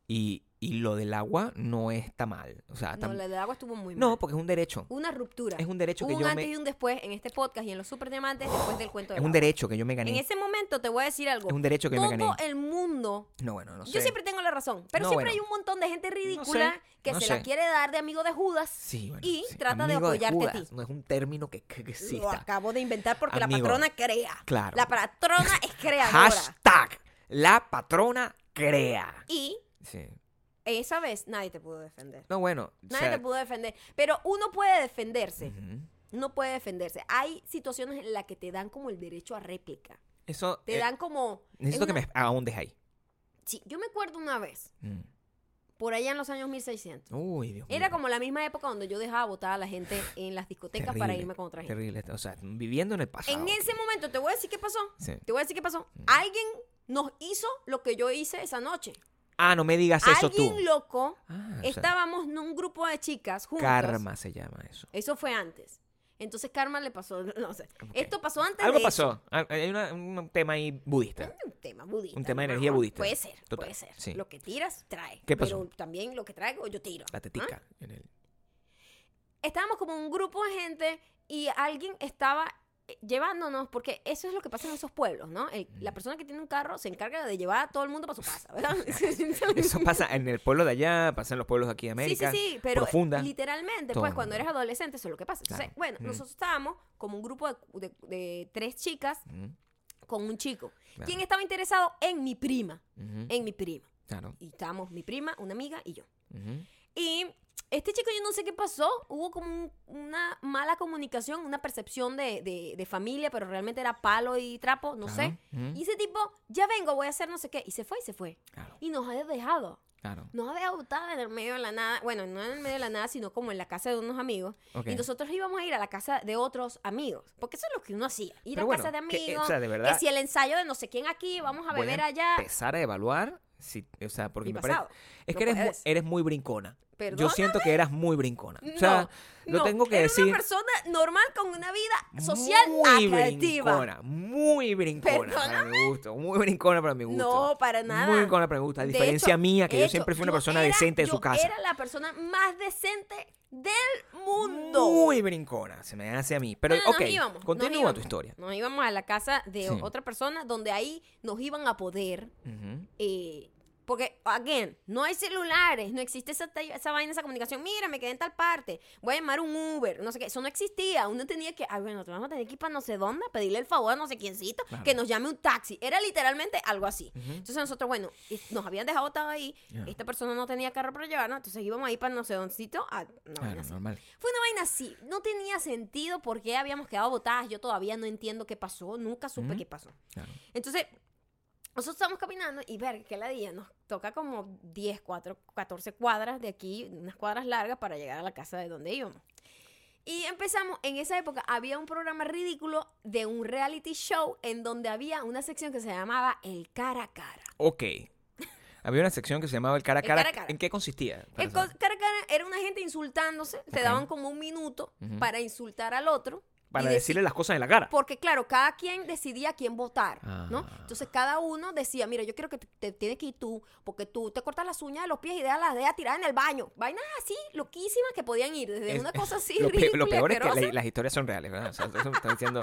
B: Y, y lo del agua no está mal. O sea,
A: No,
B: Ah, tam-
A: la del agua estuvo muy
B: no,
A: mal.
B: porque es un derecho.
A: Una ruptura.
B: Es un derecho que
A: un
B: yo
A: antes
B: me-
A: y un después en este podcast y en los super diamantes después del cuento de
B: Es un derecho que yo me
A: En
B: gané.
A: ese momento te voy a decir algo.
B: Es un derecho que yo
A: Todo
B: me gané.
A: el mundo
B: No, bueno, no sé.
A: Yo siempre tengo la razón, pero
B: No,
A: siempre hay
B: bueno.
A: un montón de gente ridícula
B: No sé,
A: que
B: no
A: se
B: sé.
A: la quiere dar de amigo de Judas
B: Sí, bueno,
A: y
B: sí.
A: trata de
B: Amigo
A: apoyarte a ti.
B: Judas, No es un término que, que- que
A: Lo
B: exista.
A: acabo de inventar porque
B: Amigo.
A: la patrona crea.
B: Claro.
A: La patrona es creadora.
B: Hashtag la patrona crea.
A: Y
B: Sí.
A: esa vez nadie te pudo defender.
B: No, bueno. o
A: Nadie
B: sea,
A: te pudo defender. Pero uno puede defenderse.
B: ujú.
A: Uno puede defenderse. Hay situaciones en las que te dan como el derecho a réplica.
B: Eso.
A: Te
B: eh,
A: dan como. es
B: Necesito que
A: una-
B: me ahondes ahí.
A: Sí, yo me acuerdo una vez,
B: Mm.
A: por allá en los años 1600.
B: Uy, Dios
A: Era
B: mío.
A: como la misma época donde yo dejaba botar a la gente en las discotecas para irme con otra gente.
B: Terrible. O sea, viviendo en el pasado.
A: En ese momento te voy a decir qué pasó.
B: Sí.
A: Te voy a decir qué pasó.
B: Mm.
A: Alguien nos hizo lo que yo hice esa noche.
B: Ah, no me digas eso tú.
A: Alguien loco.
B: Ah, o sea,
A: Estábamos en un grupo de chicas juntas.
B: karma se llama eso.
A: Eso fue antes. Entonces Karma le pasó, no sé.
B: Ok.
A: Esto pasó antes
B: Algo
A: de
B: pasó. Ah, Hay una- un tema ahí budista.
A: un tema budista.
B: Un tema de
A: ¿no?
B: energía budista.
A: Puede ser,
B: Total,
A: puede ser.
B: sí.
A: Lo que tiras, trae.
B: ¿Qué pasó?
A: Pero también lo que traigo, yo tiro.
B: La
A: ¿ah?
B: tetica. en el-
A: estábamos como un grupo de gente y alguien estaba eh, llevándonos, porque eso es lo que pasa en esos pueblos, ¿no? El- la persona que tiene un carro se encarga de llevar a todo el mundo para su casa, ¿verdad?
B: Eso pasa en el pueblo de allá, pasa en los pueblos de aquí de América.
A: Sí, sí, sí, pero
B: profunda.
A: literalmente,
B: Todo
A: pues
B: el
A: cuando
B: mundo.
A: eres adolescente eso es lo que pasa. Entonces,
B: Claro.
A: bueno,
B: Mm.
A: nosotros estábamos como un grupo de, de- de tres chicas
B: Ujú,
A: con un chico.
B: Claro. Mm.
A: ¿Quién estaba interesado? En mi prima,
B: ujú,
A: en mi prima.
B: Claro.
A: Y estábamos mi prima, una amiga y yo.
B: ujú.
A: Y este chico, yo no sé qué pasó, hubo como un- una mala comunicación, una percepción de, de- de familia, pero realmente era palo y trapo, no
B: Claro, Mm.
A: sé.
B: ujú.
A: Y ese tipo, ya vengo, voy a hacer no sé qué. Y se fue y se fue.
B: Claro,
A: Y nos ha dejado.
B: claro.
A: Nos ha dejado botada en el medio de la nada. Bueno, no en el medio de la nada, sino como en la casa de unos amigos.
B: Ok.
A: Y nosotros íbamos a ir a la casa de otros amigos. Porque eso es lo que uno hacía. Ir
B: Pero
A: a
B: bueno,
A: casa de
B: que,
A: amigos.
B: eh, o sea, de verdad,
A: que si el ensayo de no sé quién aquí, vamos a
B: voy
A: beber allá.
B: Empezar a evaluar. Si, o sea, porque
A: Mi
B: me parece.
A: pasado.
B: Es
A: No
B: que eres, mu-
A: puedes.
B: eres muy brincona. Yo
A: Perdóname.
B: siento que eras muy brincona. O sea, lo
A: no,
B: tengo que
A: era
B: decir.
A: una persona normal con una vida social activa.
B: brincona, muy brincona para mi gusto, muy brincona para mi gusto.
A: No, para nada.
B: Muy brincona para mi gusto, a
A: De
B: diferencia
A: hecho-
B: mía, que
A: de
B: yo
A: hecho,
B: siempre fui una
A: yo
B: persona
A: era-
B: decente de su
A: yo
B: casa.
A: Era la persona más decente del mundo.
B: Muy brincona, se me hace a mí. Pero,
A: No, no,
B: ok,
A: nos íbamos, nos
B: continúa
A: íbamos.
B: tu historia.
A: Nos íbamos a la casa de
B: Sí.
A: otra persona donde ahí nos iban a poder.
B: Ujú.
A: eh, porque, again, no hay celulares, no existe esa, ta- esa vaina, esa comunicación. Mira, me quedé en tal parte, voy a llamar un Uber, no sé qué. Eso no existía. Uno tenía que, ay, bueno, te vamos a tener que ir para no sé dónde, a pedirle el favor a no sé quiéncito,
B: Claro.
A: que nos llame un taxi. Era literalmente algo así.
B: Ujú.
A: Entonces nosotros, bueno, y- nos habían dejado botado ahí.
B: Ya.
A: Esta persona no tenía carro para llevarnos, entonces íbamos ahí para no sé dóndecito a... una vaina
B: Claro,
A: así.
B: normal.
A: Fue una vaina así. No tenía sentido por qué habíamos quedado botadas. Yo todavía no entiendo qué pasó. Nunca supe
B: Ujú.
A: qué pasó.
B: claro.
A: Entonces, nosotros estamos caminando y ver que la día nos toca como 10, 4, 14 cuadras de aquí, unas cuadras largas para llegar a la casa de donde íbamos. Y empezamos, en esa época había un programa ridículo de un reality show en donde había una sección que se llamaba El cara a cara.
B: Ok. Había una sección que se llamaba el cara a
A: El
B: cara.
A: cara a cara.
B: ¿En qué consistía? para
A: El co-
B: saber?
A: cara a cara era una gente insultándose, te
B: Ok.
A: daban como un minuto
B: Ujú.
A: para insultar al otro.
B: Para
A: y
B: decirle las cosas en la cara.
A: Porque, claro, cada quien decidía a quién votar, ¿no?
B: Ah.
A: Entonces, cada uno decía, mira, yo quiero que te, te tienes que ir tú, porque tú te cortas las uñas de los pies y dejas las dejas tiradas en el baño. Vainas así, loquísimas, que podían ir desde
B: Es-
A: una cosa así
B: lo, pe-
A: ridícula,
B: lo peor es que la-
A: asquerosa,
B: las historias son reales, ¿verdad? O sea, eso me está diciendo.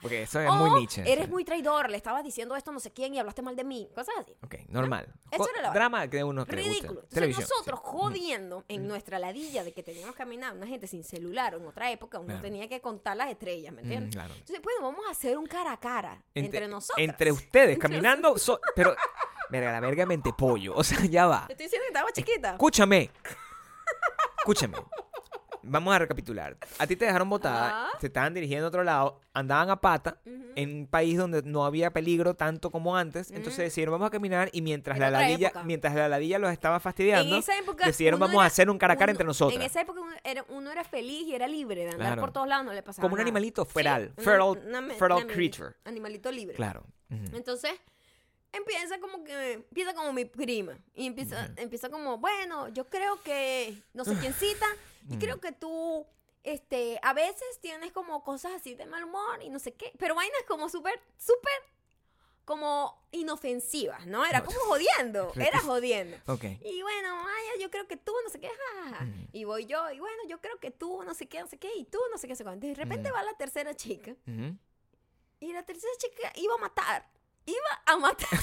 B: Porque eso es
A: o
B: muy niche.
A: Oh, eres muy traidor, le estabas diciendo esto a no sé quién y hablaste mal de mí, cosas así.
B: Ok, normal.
A: Eso
B: Co-
A: era la-
B: Drama que uno que le guste.
A: Ridículo. Entonces
B: Televisión, sí. Mm.
A: nosotros jodiendo en nuestra ladilla de que teníamos que caminar, una gente sin celular, o en otra época uno
B: Claro.
A: tenía que contar las estrellas, ¿me
B: Mm,
A: entiendes?
B: claro.
A: Entonces, bueno, vamos a hacer un cara a cara entre, nosotros.
B: Entre ustedes, caminando. so- pero, verga, la verga mente pollo. O sea, ya va.
A: Te estoy diciendo que estaba chiquita.
B: Escúchame. Escúchame. Vamos a recapitular. A ti te dejaron botada,
A: Ajá.
B: se estaban dirigiendo a otro lado, andaban a pata en un país donde no había peligro tanto como antes. Entonces decidieron vamos a caminar y mientras
A: En
B: la
A: otra
B: ladilla,
A: época.
B: mientras la ladilla los estaba fastidiando,
A: en esa época
B: decidieron
A: uno
B: vamos a
A: era-
B: hacer un cara a cara
A: uno-
B: entre nosotros.
A: En esa época uno era, uno era feliz y era libre de andar
B: Claro.
A: por todos lados, no le pasaba
B: Como un
A: nada.
B: animalito feral,
A: una-
B: feral,
A: una me-
B: feral
A: una
B: creature.
A: Animalito libre.
B: Claro. Ujú.
A: Entonces, empieza como que empieza como mi prima y empieza empieza como, bueno, yo creo que no sé quién cita, yo creo que tú este a veces tienes como cosas así de mal humor y no sé qué, pero vainas como súper súper como inofensivas, ¿no? Era como jodiendo, era jodiendo.
B: Ok.
A: Y bueno, Maya, yo creo que tú, no sé qué, ja, ja, ja.
B: Ujú.
A: Y voy yo, y bueno, yo creo que tú, no sé qué, no sé qué, y tú, no sé qué, no sé cuánto. De repente
B: Ujú.
A: va la tercera chica,
B: Ujú.
A: y la tercera chica iba a matar. Iba a matar.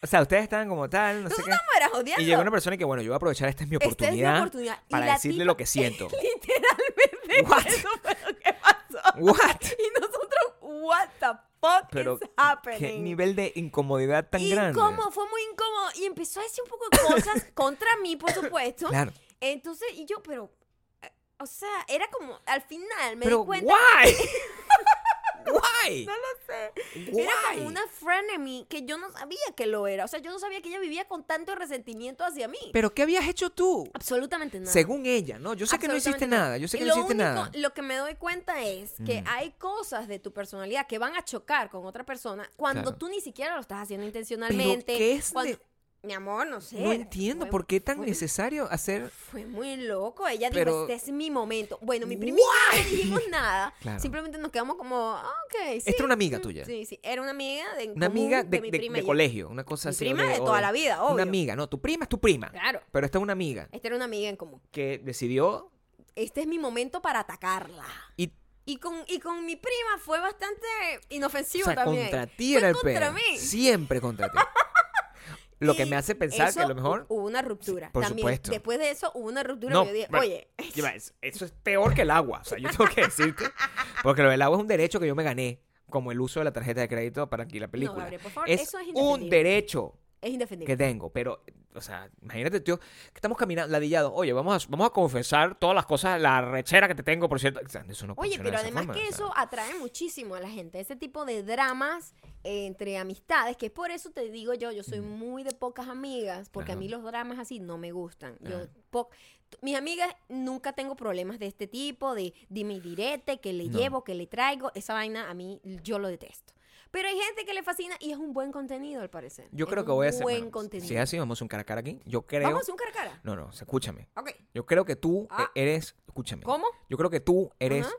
B: O sea, ustedes estaban como tal, no sé qué.
A: ¿Cómo era jodiendo?
B: Y llegó una persona que, bueno, yo voy a aprovechar, esta es mi
A: Esta
B: oportunidad,
A: es la oportunidad. Y
B: para
A: la
B: decirle
A: tipa-
B: lo que siento.
A: Literalmente,
B: What?
A: eso fue lo que pasó.
B: What?
A: Y nosotros, what the fuck
B: Pero
A: is
B: qué
A: happening?
B: nivel de incomodidad tan grande.
A: Incómodo, fue muy incómodo. Y empezó a decir un poco de cosas contra mí, por supuesto.
B: Claro.
A: Entonces, y yo, pero. eh, O sea, era como. Al final me
B: Pero
A: di cuenta.
B: why? why?
A: No lo sé.
B: why?
A: Era como una frenemy que yo no sabía que lo era. O sea, yo no sabía que ella vivía con tanto resentimiento hacia mí.
B: Pero ¿qué habías hecho tú?
A: Absolutamente nada.
B: Según ella, ¿no? Yo sé que no hiciste
A: Absolutamente
B: nada, yo sé que
A: Lo
B: no hiciste
A: único-
B: nada. Mm.
A: Lo que me doy cuenta es que hay cosas de tu personalidad que van a chocar con otra persona cuando
B: Claro.
A: tú ni siquiera lo estás haciendo
B: Pero
A: intencionalmente.
B: ¿qué es
A: cuando-
B: de-
A: Mi amor, no sé.
B: No entiendo
A: Fue-
B: por qué tan
A: fue-
B: necesario hacer.
A: Fue muy loco. Ella dijo,
B: Pero-
A: este es mi momento. Bueno, mi primita no dijimos nada.
B: Claro.
A: Simplemente nos quedamos como, ah, ok, sí.
B: Esta era una amiga
A: mm,
B: tuya.
A: Sí, sí. Era una amiga de en
B: Una
A: común
B: amiga de,
A: mi
B: de-
A: prima
B: de
A: y yo.
B: colegio, una cosa
A: Mi
B: así.
A: prima
B: o
A: de
B: o
A: toda la vida, obvio.
B: Una amiga, no, tu prima es tu prima.
A: Claro.
B: Pero esta es una amiga
A: Esta era una amiga en común.
B: que decidió
A: Este es mi momento para atacarla.
B: y
A: Y con, y con mi prima fue bastante inofensivo
B: o sea,
A: también.
B: contra ti
A: Fue
B: era el
A: contra
B: pedo.
A: mí.
B: Siempre contra ti. Lo que
A: Y
B: me hace pensar que a
A: eso
B: lo mejor.
A: Hubo una ruptura.
B: por
A: también.
B: supuesto.
A: Después de eso hubo una ruptura.
B: No,
A: que yo dije,
B: bueno,
A: oye,
B: Lleva, es- Eso es peor que el agua. O sea, yo tengo que decirte. Porque lo del agua es un derecho que yo me gané. Como el uso de la tarjeta de crédito para aquí la película.
A: Gabriel, por favor,
B: es,
A: eso es
B: un
A: indefendible.
B: derecho
A: es indefendible.
B: que tengo. Pero, o sea, imagínate, tío, que estamos caminando ladillados. Oye, vamos a, vamos a confesar todas las cosas, la rechera que te tengo, por cierto. O sea, eso no
A: Oye,
B: funciona de
A: pero
B: esa
A: además
B: forma,
A: que
B: o sea.
A: eso atrae muchísimo a la gente, ese tipo de dramas eh, entre amistades, que es por eso te digo yo, yo soy muy de pocas amigas, porque
B: Ajá.
A: a mí los dramas así no me gustan. Yo
B: Ajá.
A: po- t- mis amigas nunca tengo problemas de este tipo, de dime y direte, que le
B: No.
A: llevo, que le traigo, esa vaina a mí yo lo detesto. Pero hay gente que le fascina y es un buen contenido al parecer.
B: Yo
A: Es
B: creo que
A: un
B: voy a hacer.
A: buen
B: bueno,
A: contenido.
B: Si es así, vamos a un cara a cara aquí. Yo creo.
A: Vamos a hacer un cara a cara.
B: No, no, escúchame.
A: Ok.
B: Yo creo que tú eh,
A: Ah.
B: eres. Escúchame.
A: ¿Cómo?
B: Yo creo que tú eres
A: Ajá.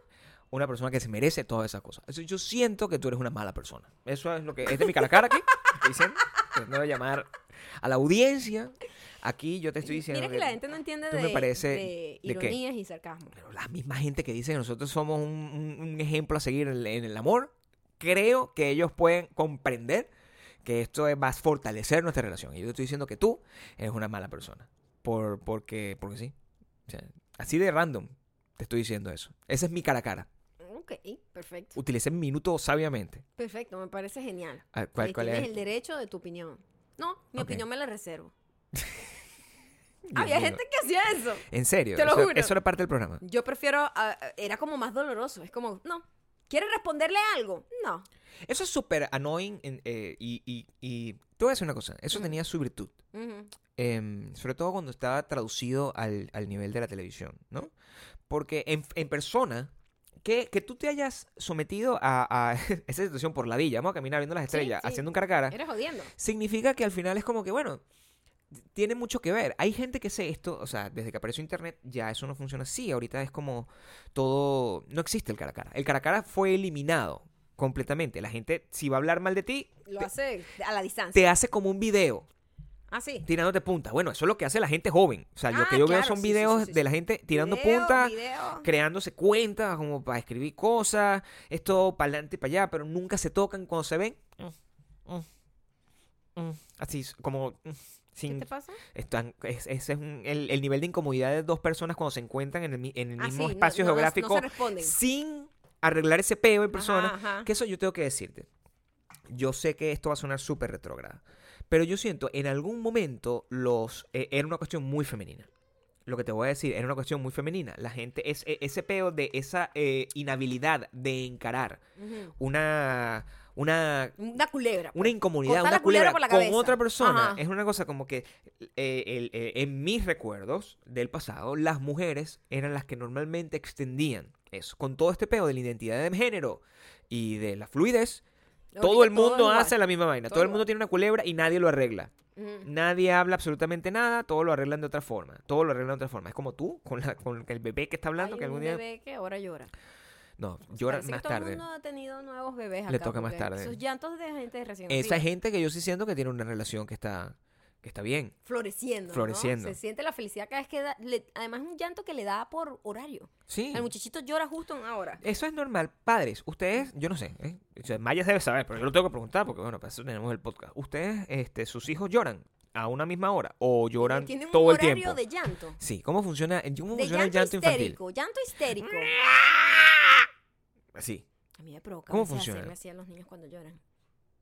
B: una persona que se merece todas esas cosas. Eso- Yo siento que tú eres una mala persona. Eso es lo que es de mi cara a cara aquí. Te dicen, tratando de llamar a la audiencia. Aquí yo te estoy diciendo.
A: Mira que, la gente no entiende
B: tú
A: de,
B: me parece-
A: de
B: ¿de qué?
A: ironías y sarcasmo.
B: Pero la misma gente que dice que nosotros somos un, un- un ejemplo a seguir en, en el amor, creo que ellos pueden comprender que esto es- va a fortalecer nuestra relación. Y yo estoy diciendo que tú eres una mala persona. Por, porque, porque sí. O sea, así de random te estoy diciendo eso. Esa es mi cara a cara.
A: Ok, perfecto.
B: Utilicé mi minuto sabiamente.
A: Perfecto, me parece genial.
B: A ver, ¿Cuál,
A: Eh,
B: cuál
A: tienes
B: es?
A: el derecho de tu opinión. No, mi
B: Ok.
A: opinión me la reservo.
B: Dios
A: Había
B: mío.
A: gente que hacía eso.
B: En serio.
A: Te lo
B: eso,
A: juro.
B: eso era parte del programa.
A: Yo prefiero, ah, ah, era como más doloroso. Es como, no, ¿quieres responderle algo? No.
B: Eso es súper annoying. en- eh, y, y, y te voy a decir una cosa. Eso tenía su virtud.
A: Ujú.
B: em, sobre todo cuando estaba traducido al, al nivel de la televisión, ¿no? Porque en, en persona, que, que tú te hayas sometido a, a esa situación por la villa, vamos a caminar viendo las estrellas,
A: sí.
B: haciendo un cara a cara,
A: Eres jodiendo.
B: significa que al final es como que, bueno, tiene mucho que ver. Hay gente que sé esto, o sea, desde que apareció Internet ya eso no funciona así, ahorita es como todo, no existe el cara a cara. El cara a cara fue eliminado completamente. La gente, si va a hablar mal de ti,
A: Lo
B: te-
A: hace a la distancia.
B: te hace como un video
A: Ah, sí.
B: tirándote punta. Bueno, eso es lo que hace la gente joven. O sea, lo
A: Ah,
B: que yo veo
A: claro,
B: son
A: sí, sí,
B: videos
A: sí, sí,
B: de
A: sí.
B: la gente tirando
A: Video,
B: punta,
A: video.
B: creándose cuentas como para escribir cosas, esto para adelante y para allá, pero nunca se tocan cuando se ven. mm, mm, mm, Así, es, como mm,
A: ¿Qué
B: sin...
A: te pasa? Ah,
B: están- es- ese es un- el, el nivel de incomodidad de dos personas cuando se encuentran en el, mi- en el
A: Ah,
B: mismo
A: sí, no-
B: espacio
A: no- no- No,
B: geográfico
A: se responden.
B: sin arreglar ese peo en
A: Ajá,
B: persona.
A: ajá.
B: Que eso yo tengo que decirte. Yo sé que esto va a sonar súper retrógrada. Pero yo siento, en algún momento, los eh, era una cuestión muy femenina. Lo que te voy a decir, era una cuestión muy femenina. La gente, es, e- ese peo de esa eh, inhabilidad de encarar
A: Ujú.
B: una, una,
A: Una culebra. pues.
B: una incomodidad,
A: Cortar
B: una
A: la culebra
B: culebra,
A: por la
B: con
A: cabeza.
B: otra persona.
A: Ajá.
B: Es una cosa como que eh, el- eh, en mis recuerdos del pasado, las mujeres eran las que normalmente extendían eso. Con todo este peo de la identidad de género y de la fluidez,
A: Ahorita
B: todo el
A: todo
B: mundo
A: igual.
B: hace la misma vaina. Todo,
A: Todo
B: el mundo
A: igual.
B: tiene una culebra y nadie lo arregla.
A: Ujú.
B: Nadie habla absolutamente nada, todo lo arreglan de otra forma. Todo lo arreglan de otra forma. Es como tú, con, la- con el bebé que está hablando,
A: Hay
B: que algún
A: un
B: día...
A: bebé que ahora llora.
B: No, llora
A: Parece que
B: más
A: todo
B: tarde.
A: el mundo ha tenido nuevos bebés
B: Le
A: acá,
B: toca más
A: porque
B: tarde.
A: Sus llantos de gente recién
B: Esa
A: nacida,
B: gente que yo sí siento que tiene una relación que está, que está bien.
A: floreciendo, ¿no?
B: Floreciendo.
A: Se siente la felicidad cada vez que da, le- además es un llanto que le da por horario.
B: Sí.
A: El muchachito llora justo en una hora.
B: Eso es normal. Padres, ustedes, yo no sé, ¿eh? O sea, Maya debe saber, pero yo lo tengo que preguntar porque, bueno, para eso tenemos el podcast. ¿Ustedes, este, sus hijos lloran a una misma hora o lloran
A: Tiene un
B: todo el
A: horario
B: tiempo?
A: de llanto.
B: Sí, ¿cómo funciona, cómo
A: De
B: funciona
A: llanto,
B: el llanto infantil? Mm.
A: histérico, llanto histérico.
B: Así.
A: A mí me provoca
B: ¿Cómo
A: a veces
B: funciona?
A: hacerme así a los niños cuando lloran.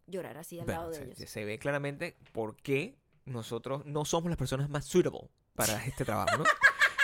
A: Llorar así al
B: Bueno,
A: lado de
B: se-
A: ellos.
B: se, ve claramente por qué nosotros no somos las personas más suitable para este trabajo, ¿no?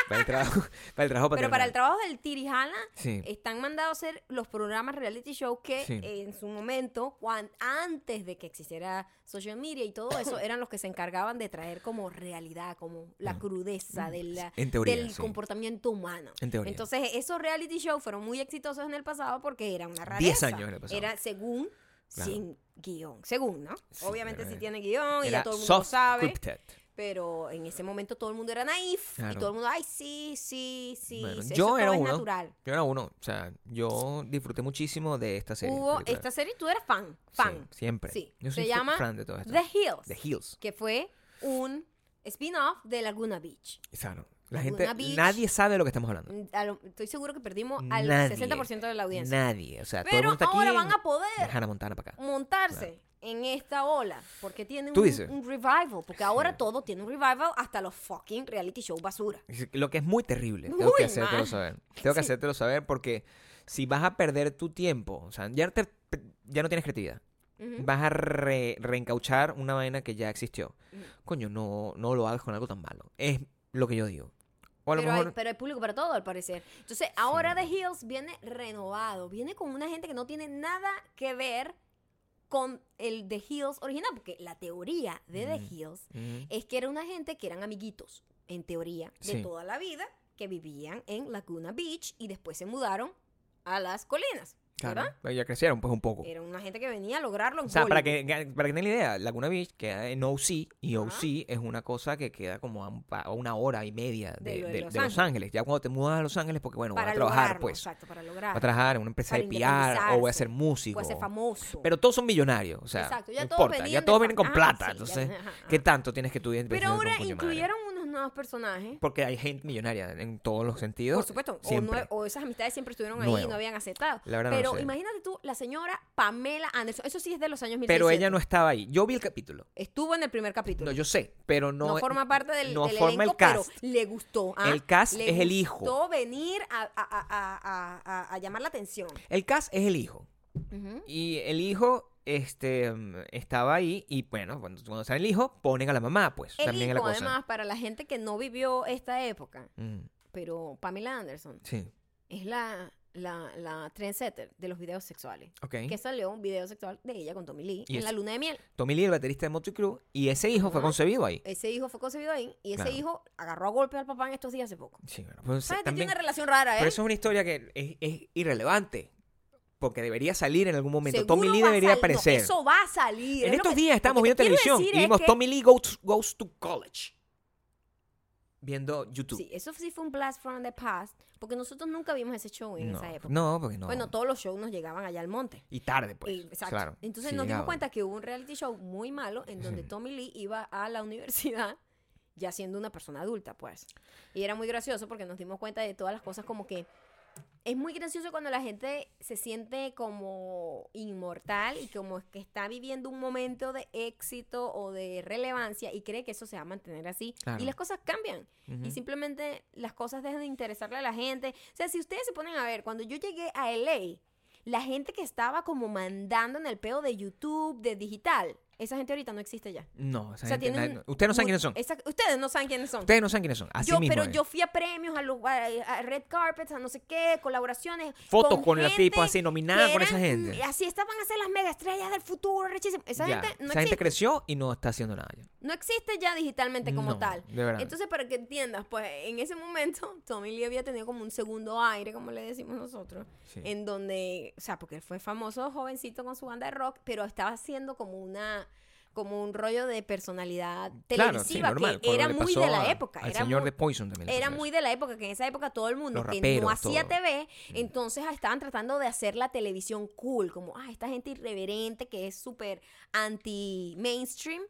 B: para el trabajo, para el trabajo
A: Pero para el Eh,
B: paternal.
A: trabajo del tirijala
B: Sí.
A: están mandados a ser los programas reality show que
B: Sí.
A: eh, en su momento, cuan- antes de que existiera social media y todo eso, eran los que se encargaban de traer como realidad, como la
B: Mm.
A: crudeza de la-
B: En teoría,
A: del
B: sí.
A: comportamiento humano.
B: En teoría.
A: Entonces, esos reality shows fueron muy exitosos en el pasado porque era una rareza.
B: Diez años en el pasado.
A: Era según,
B: Claro.
A: sin guión, según, ¿no?
B: Sí,
A: Obviamente sí
B: eh,
A: tiene guión y ya
B: Era
A: todo el mundo
B: soft
A: sabe.
B: scripted.
A: Pero en ese momento todo el mundo era naif y
B: Claro.
A: todo el mundo, ay, sí, sí, sí.
B: Bueno,
A: eso
B: yo
A: todo
B: era
A: es
B: uno.
A: natural.
B: Yo era uno. O sea, yo disfruté muchísimo de esta serie.
A: Hubo
B: película.
A: esta serie, tú eras fan,
B: Sí,
A: fan.
B: siempre.
A: Sí,
B: Yo
A: se
B: soy fu-
A: llama
B: fan de todo esto.
A: The Hills,
B: The Hills.
A: que fue un spin-off de Laguna Beach.
B: Claro. La
A: Laguna
B: gente,
A: Beach.
B: nadie sabe de lo que estamos hablando.
A: Mm, a lo- estoy seguro que perdimos al
B: Nadie.
A: 60% de la audiencia.
B: Nadie. O sea, todo el
A: Pero
B: mundo está aquí.
A: ahora
B: en-
A: van a poder
B: de Hannah Montana para acá.
A: montarse en esta ola porque tiene un,
B: Tú dices.
A: un revival. Porque ahora todo tiene un revival hasta los fucking reality show basura.
B: Es- Lo que es muy terrible. Tengo
A: Muy
B: que hacértelo
A: mal.
B: saber. Tengo que
A: Sí.
B: hacértelo saber porque si vas a perder tu tiempo, o sea, ya, te- ya no tienes creatividad.
A: Ujú.
B: Vas a re- reencauchar una vaina que ya existió.
A: Ujú.
B: Coño, no, no lo hagas con algo tan malo. Es lo que yo digo. O a lo
A: pero,
B: mejor.
A: hay, pero hay público para todo, al parecer. Entonces, ahora The Hills viene renovado. Viene con una gente que no tiene nada que ver con el The Hills original. Porque la teoría de The
B: Mm.
A: Hills
B: Ujú.
A: es que era una gente que eran amiguitos, en teoría, de
B: Sí.
A: toda la vida, que vivían en Laguna Beach y después se mudaron a las colinas. ¿Verdad? Eh,
B: Claro, ya crecieron pues un poco.
A: Era una gente que venía a lograrlo en
B: O sea, para
A: Hollywood.
B: que, para que tengan la idea, Laguna Beach queda en OC y
A: Ajá.
B: OC es una cosa que queda como a, un pa- a una hora y media
A: De
B: de,
A: lo de
B: de-
A: Los
B: de Los
A: Ángeles.
B: Ángeles. Ya cuando te mudas a Los Ángeles, porque bueno, voy a trabajar
A: lograrlo,
B: pues.
A: Exacto, para
B: Voy
A: lograr.
B: a trabajar en una empresa
A: Para
B: de PR o voy a
A: independizarse,
B: ser músico.
A: Puede ser famoso.
B: Pero todos son millonarios, o sea,
A: Exacto, ya
B: no
A: todos
B: importa,
A: venían
B: ya
A: de
B: todos
A: fa-
B: vienen con
A: ah, sí,
B: plata,
A: ya-
B: entonces,
A: ajá, ajá.
B: ¿qué tanto tienes que tú identificarte
A: Pero
B: con
A: ahora
B: coño madre?
A: incluyeron unos nuevos personajes.
B: Porque hay gente millonaria en todos los sentidos.
A: Por supuesto, o,
B: siempre.
A: nue- o esas amistades siempre estuvieron ahí y
B: Nuevo.
A: no habían aceptado.
B: La verdad no
A: Pero
B: sé.
A: imagínate tú, la señora Pamela Anderson, eso sí es de los años 1600.
B: Pero ella no estaba ahí. Yo vi el capítulo.
A: estuvo en el primer capítulo.
B: No, yo sé, pero no
A: no, forma parte del,
B: no
A: del
B: forma
A: elenco,
B: el cast.
A: pero le gustó. ¿ah?
B: El cast
A: Le
B: es el hijo.
A: gustó venir a, a- a- a- a- a- a llamar la atención.
B: El cast es el hijo.
A: Ujú.
B: Y el hijo este mm, estaba ahí y bueno, cuando, cuando sale el hijo, ponen a la mamá, pues,
A: El
B: también es
A: hijo,
B: la cosa.
A: además, para la gente que no vivió esta época,
B: Mm,
A: pero Pamela Anderson
B: sí.
A: es la, la, la trendsetter de los videos sexuales.
B: Ok.
A: Que salió un video sexual de ella con Tommy Lee
B: Y
A: en
B: es-
A: la luna de miel.
B: Tommy Lee, el baterista de Motley Crue, y ese hijo fue
A: Ajá.
B: concebido ahí.
A: Ese hijo fue concebido ahí y ese
B: Claro.
A: hijo agarró a golpe al papá en estos días hace poco.
B: Sí, bueno, pues,
A: ¿Sabes?
B: también-
A: Tiene una relación rara, ¿eh?
B: Pero eso es una historia que es, es irrelevante. Porque debería salir en algún momento.
A: Seguro
B: Tommy Lee
A: va a
B: debería
A: sal- no,
B: aparecer.
A: eso va a salir.
B: en
A: es lo
B: estos
A: que-
B: días estábamos
A: lo que
B: viendo
A: te quiero
B: televisión
A: decir
B: y
A: es
B: vimos
A: que-
B: Tommy Lee goes, goes to college. Viendo YouTube.
A: Sí, eso sí fue un blast from the past, porque nosotros nunca vimos ese show en
B: no,
A: esa época.
B: no, porque no.
A: Bueno, todos los shows nos llegaban allá al monte.
B: y tarde, pues.
A: Y- exacto.
B: Claro.
A: Entonces
B: Sí
A: nos dimos
B: llegaban.
A: cuenta que hubo un reality show muy malo en donde Tommy Lee iba a la universidad ya siendo una persona adulta, pues. Y era muy gracioso porque nos dimos cuenta de todas las cosas como que es muy gracioso cuando la gente se siente como inmortal y como que está viviendo un momento de éxito o de relevancia y cree que eso se va a mantener así.
B: Claro.
A: Y las cosas cambian.
B: Ujú.
A: Y simplemente las cosas dejan de interesarle a la gente. O sea, si ustedes se ponen a ver, cuando yo llegué a LA, la gente que estaba como mandando en el peo de YouTube, de digital, esa gente ahorita no existe ya.
B: No, esa
A: O sea,
B: gente-
A: tienen
B: nadie- ustedes no saben
A: mu-
B: quiénes son.
A: esa- ustedes no saben quiénes son.
B: Ustedes no saben quiénes son. Así
A: yo,
B: mismo.
A: pero
B: es.
A: yo fui a premios, a, lu- a- a red carpets, a no sé qué, colaboraciones.
B: Fotos con la
A: gente
B: tipo así, nominada
A: que
B: con esa
A: eran-
B: gente.
A: Así estaban a ser las mega estrellas del futuro, rechísimo. Esa
B: Ya,
A: gente no
B: esa
A: existe.
B: gente creció y no está haciendo nada. ya.
A: No existe ya digitalmente como
B: No,
A: tal.
B: de verdad.
A: Entonces, para que entiendas, pues en ese momento Tommy Lee había tenido como un segundo aire, como le decimos nosotros,
B: Sí.
A: en donde, o sea, porque él fue famoso jovencito con su banda de rock, pero estaba haciendo como una como un rollo de personalidad
B: Claro, sí,
A: televisiva
B: normal.
A: que
B: como
A: era
B: le
A: muy de
B: pasó
A: la
B: a-
A: época,
B: Al
A: era
B: señor
A: muy-
B: de Poison también. le
A: era
B: pasó
A: muy
B: eso.
A: de la época, que en esa época todo el mundo
B: Los
A: que no
B: raperos,
A: hacía
B: todo. Mm.
A: TV, entonces estaban tratando de hacer la televisión cool, como, ah, esta gente irreverente que es súper anti-mainstream,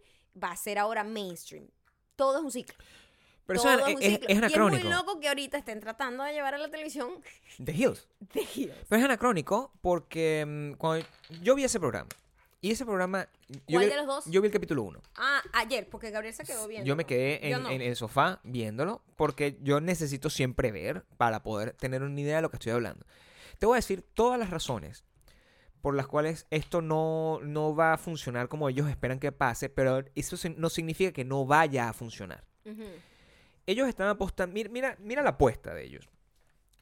A: va a ser ahora mainstream. Todo es un ciclo.
B: Pero
A: todo
B: eso es, es- es
A: Y es
B: anacrónico.
A: muy loco que ahorita estén tratando de llevar a la televisión
B: The Hills.
A: de giros.
B: Pero es anacrónico porque mm, cuando yo vi ese programa. Y ese programa. Yo
A: ¿Cuál
B: vi,
A: de los dos?
B: Yo vi el capítulo 1.
A: Ah, ayer, porque Gabriel se quedó viendo.
B: Yo me quedé
A: Yo
B: en,
A: no.
B: en el sofá viéndolo porque yo necesito siempre ver para poder tener una idea de lo que estoy hablando. Te voy a decir todas las razones por las cuales esto no, no va a funcionar como ellos esperan que pase, pero eso sin- no significa que no vaya a funcionar.
A: Ujú.
B: Ellos están apostando, mira, mira, mira la apuesta de ellos.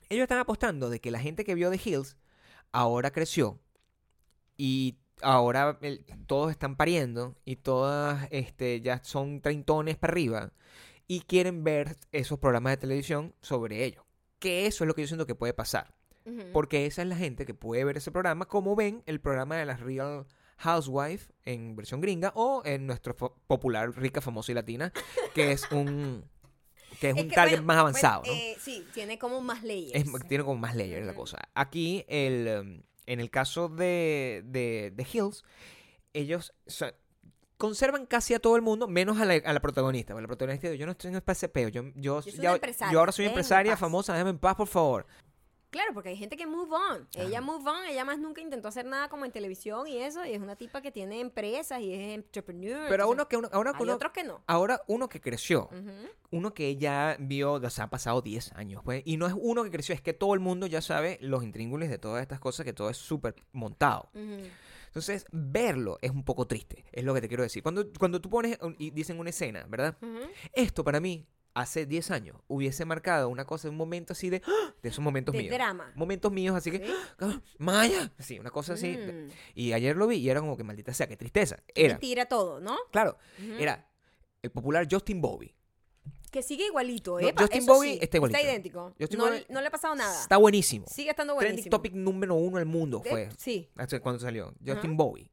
B: Ellos están apostando de que la gente que vio The Hills ahora creció y ahora el- todos están pariendo y todas este, ya son treintones para arriba y quieren ver esos programas de televisión sobre ellos. Que eso es lo que yo siento que puede pasar.
A: Ujú.
B: Porque esa es la gente que puede ver ese programa como ven el programa de las Real Housewife en versión gringa o en nuestro fo- popular rica, famosa y latina, que es un, que es un
A: que,
B: target
A: bueno,
B: más avanzado,
A: bueno,
B: ¿no?
A: eh, sí, tiene como más leyes.
B: Es- tiene como más layers la
A: Ujú.
B: cosa. Aquí, el, em, en el caso de, de, de Hills, ellos o sea, conservan casi a todo el mundo, menos a la, a la protagonista. porque La protagonista dice, yo no estoy en ese peo, yo, yo,
A: soy
B: ya-
A: una empresaria,
B: yo ahora soy
A: déjenme en
B: empresaria
A: paz".
B: famosa, déjame en paz, por favor.
A: Claro, porque hay gente que move on. Ella move on, ella más nunca intentó hacer nada como en televisión y eso, y es una tipa que tiene empresas y es entrepreneur.
B: Pero a
A: entonces,
B: uno que, uno- ahora,
A: hay
B: uno-
A: otros que no.
B: ahora uno que creció,
A: Ujú.
B: uno que ya vio, o sea, han pasado 10 años, pues, y no es uno que creció, es que todo el mundo ya sabe los intríngulis de todas estas cosas, que todo es súper montado.
A: Ujú.
B: Entonces, verlo es un poco triste, es lo que te quiero decir. Cuando, cuando tú pones un- y dicen una escena, ¿verdad?
A: Ujú.
B: Esto para mí, hace 10 años, hubiese marcado una cosa, un momento así de, ¡ah! de esos momentos
A: De
B: míos.
A: drama.
B: Momentos míos, así que,
A: Sí.
B: ¡ah! Maya, sí, una cosa así.
A: Mm.
B: Y ayer lo vi y era como que maldita sea, qué tristeza. Era,
A: Mentira todo, ¿no?
B: claro,
A: Ujú.
B: era el popular Justin Bobby.
A: Que sigue igualito,
B: No,
A: ¿eh? Pa-
B: Justin
A: eso
B: Bobby
A: sí,
B: está igualito.
A: idéntico.
B: Justin
A: no,
B: Bobby
A: no le ha pasado nada.
B: Está buenísimo.
A: sigue estando
B: Trending
A: buenísimo.
B: topic número uno del mundo
A: Eh,
B: fue.
A: Sí.
B: Hasta cuando salió Justin Bowie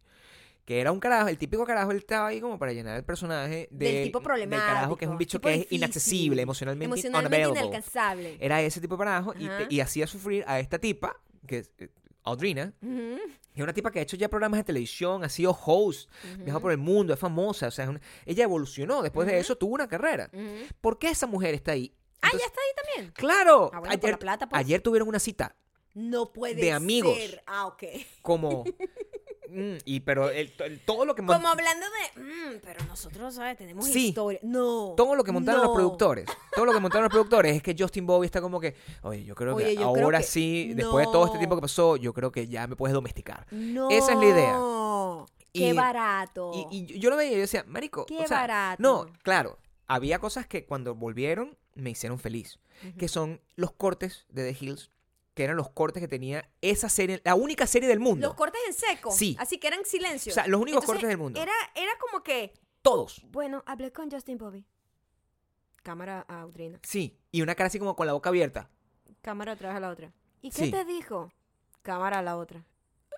B: que era un carajo el típico carajo él estaba ahí como para llenar el personaje de-
A: del tipo problemático.
B: carajo que es un bicho
A: tipo
B: que es
A: difícil,
B: inaccesible emocionalmente,
A: Emocionalmente
B: unavailable.
A: inalcanzable.
B: era ese tipo de carajo y,
A: Ajá.
B: te- y hacía sufrir a esta tipa que es eh, Audrina
A: Ujú.
B: que es una tipa que ha hecho ya programas de televisión ha sido host
A: Ujú.
B: viajado por el mundo es famosa o sea es una- ella evolucionó después de eso tuvo una carrera
A: Ujú.
B: ¿por qué esa mujer está ahí?
A: Ah,
B: Entonces-
A: ya está ahí también.
B: claro
A: Ah, bueno, por
B: ayer,
A: la plata, pues.
B: ayer tuvieron una cita
A: No puede
B: De amigos.
A: ser. Ah, ok.
B: como Mm, y pero el- el- todo lo que mon-
A: Como hablando de, "Mm, pero nosotros, ¿sabes? Tenemos
B: Sí.
A: historia. No.
B: Todo lo que montaron los
A: no.
B: productores. Todo lo que montaron los productores es que Justin Bobby está como que, oye, yo creo
A: Oye,
B: que
A: yo creo
B: ahora
A: que-
B: sí, después de todo este tiempo que
A: no.
B: pasó, yo creo que ya me puedes domesticar.
A: No.
B: Esa es la idea.
A: Qué
B: Y-
A: barato.
B: Y, y yo- yo lo veía y yo decía, marico,
A: Qué
B: o sea,
A: barato.
B: No, claro, había cosas que cuando volvieron me hicieron feliz, que son los cortes de The Hills, que eran los cortes que tenía esa serie, la única serie del mundo.
A: Los cortes en seco.
B: Sí.
A: Así que eran silencio.
B: O sea, los únicos
A: Entonces,
B: cortes del mundo.
A: Era, era como que,
B: Todos.
A: bueno, hablé con Justin Bobby. Cámara a Audrina.
B: Sí, y una cara así como con la boca abierta.
A: Cámara atrás a la otra. ¿Y
B: Sí.
A: qué te dijo? Cámara a la otra.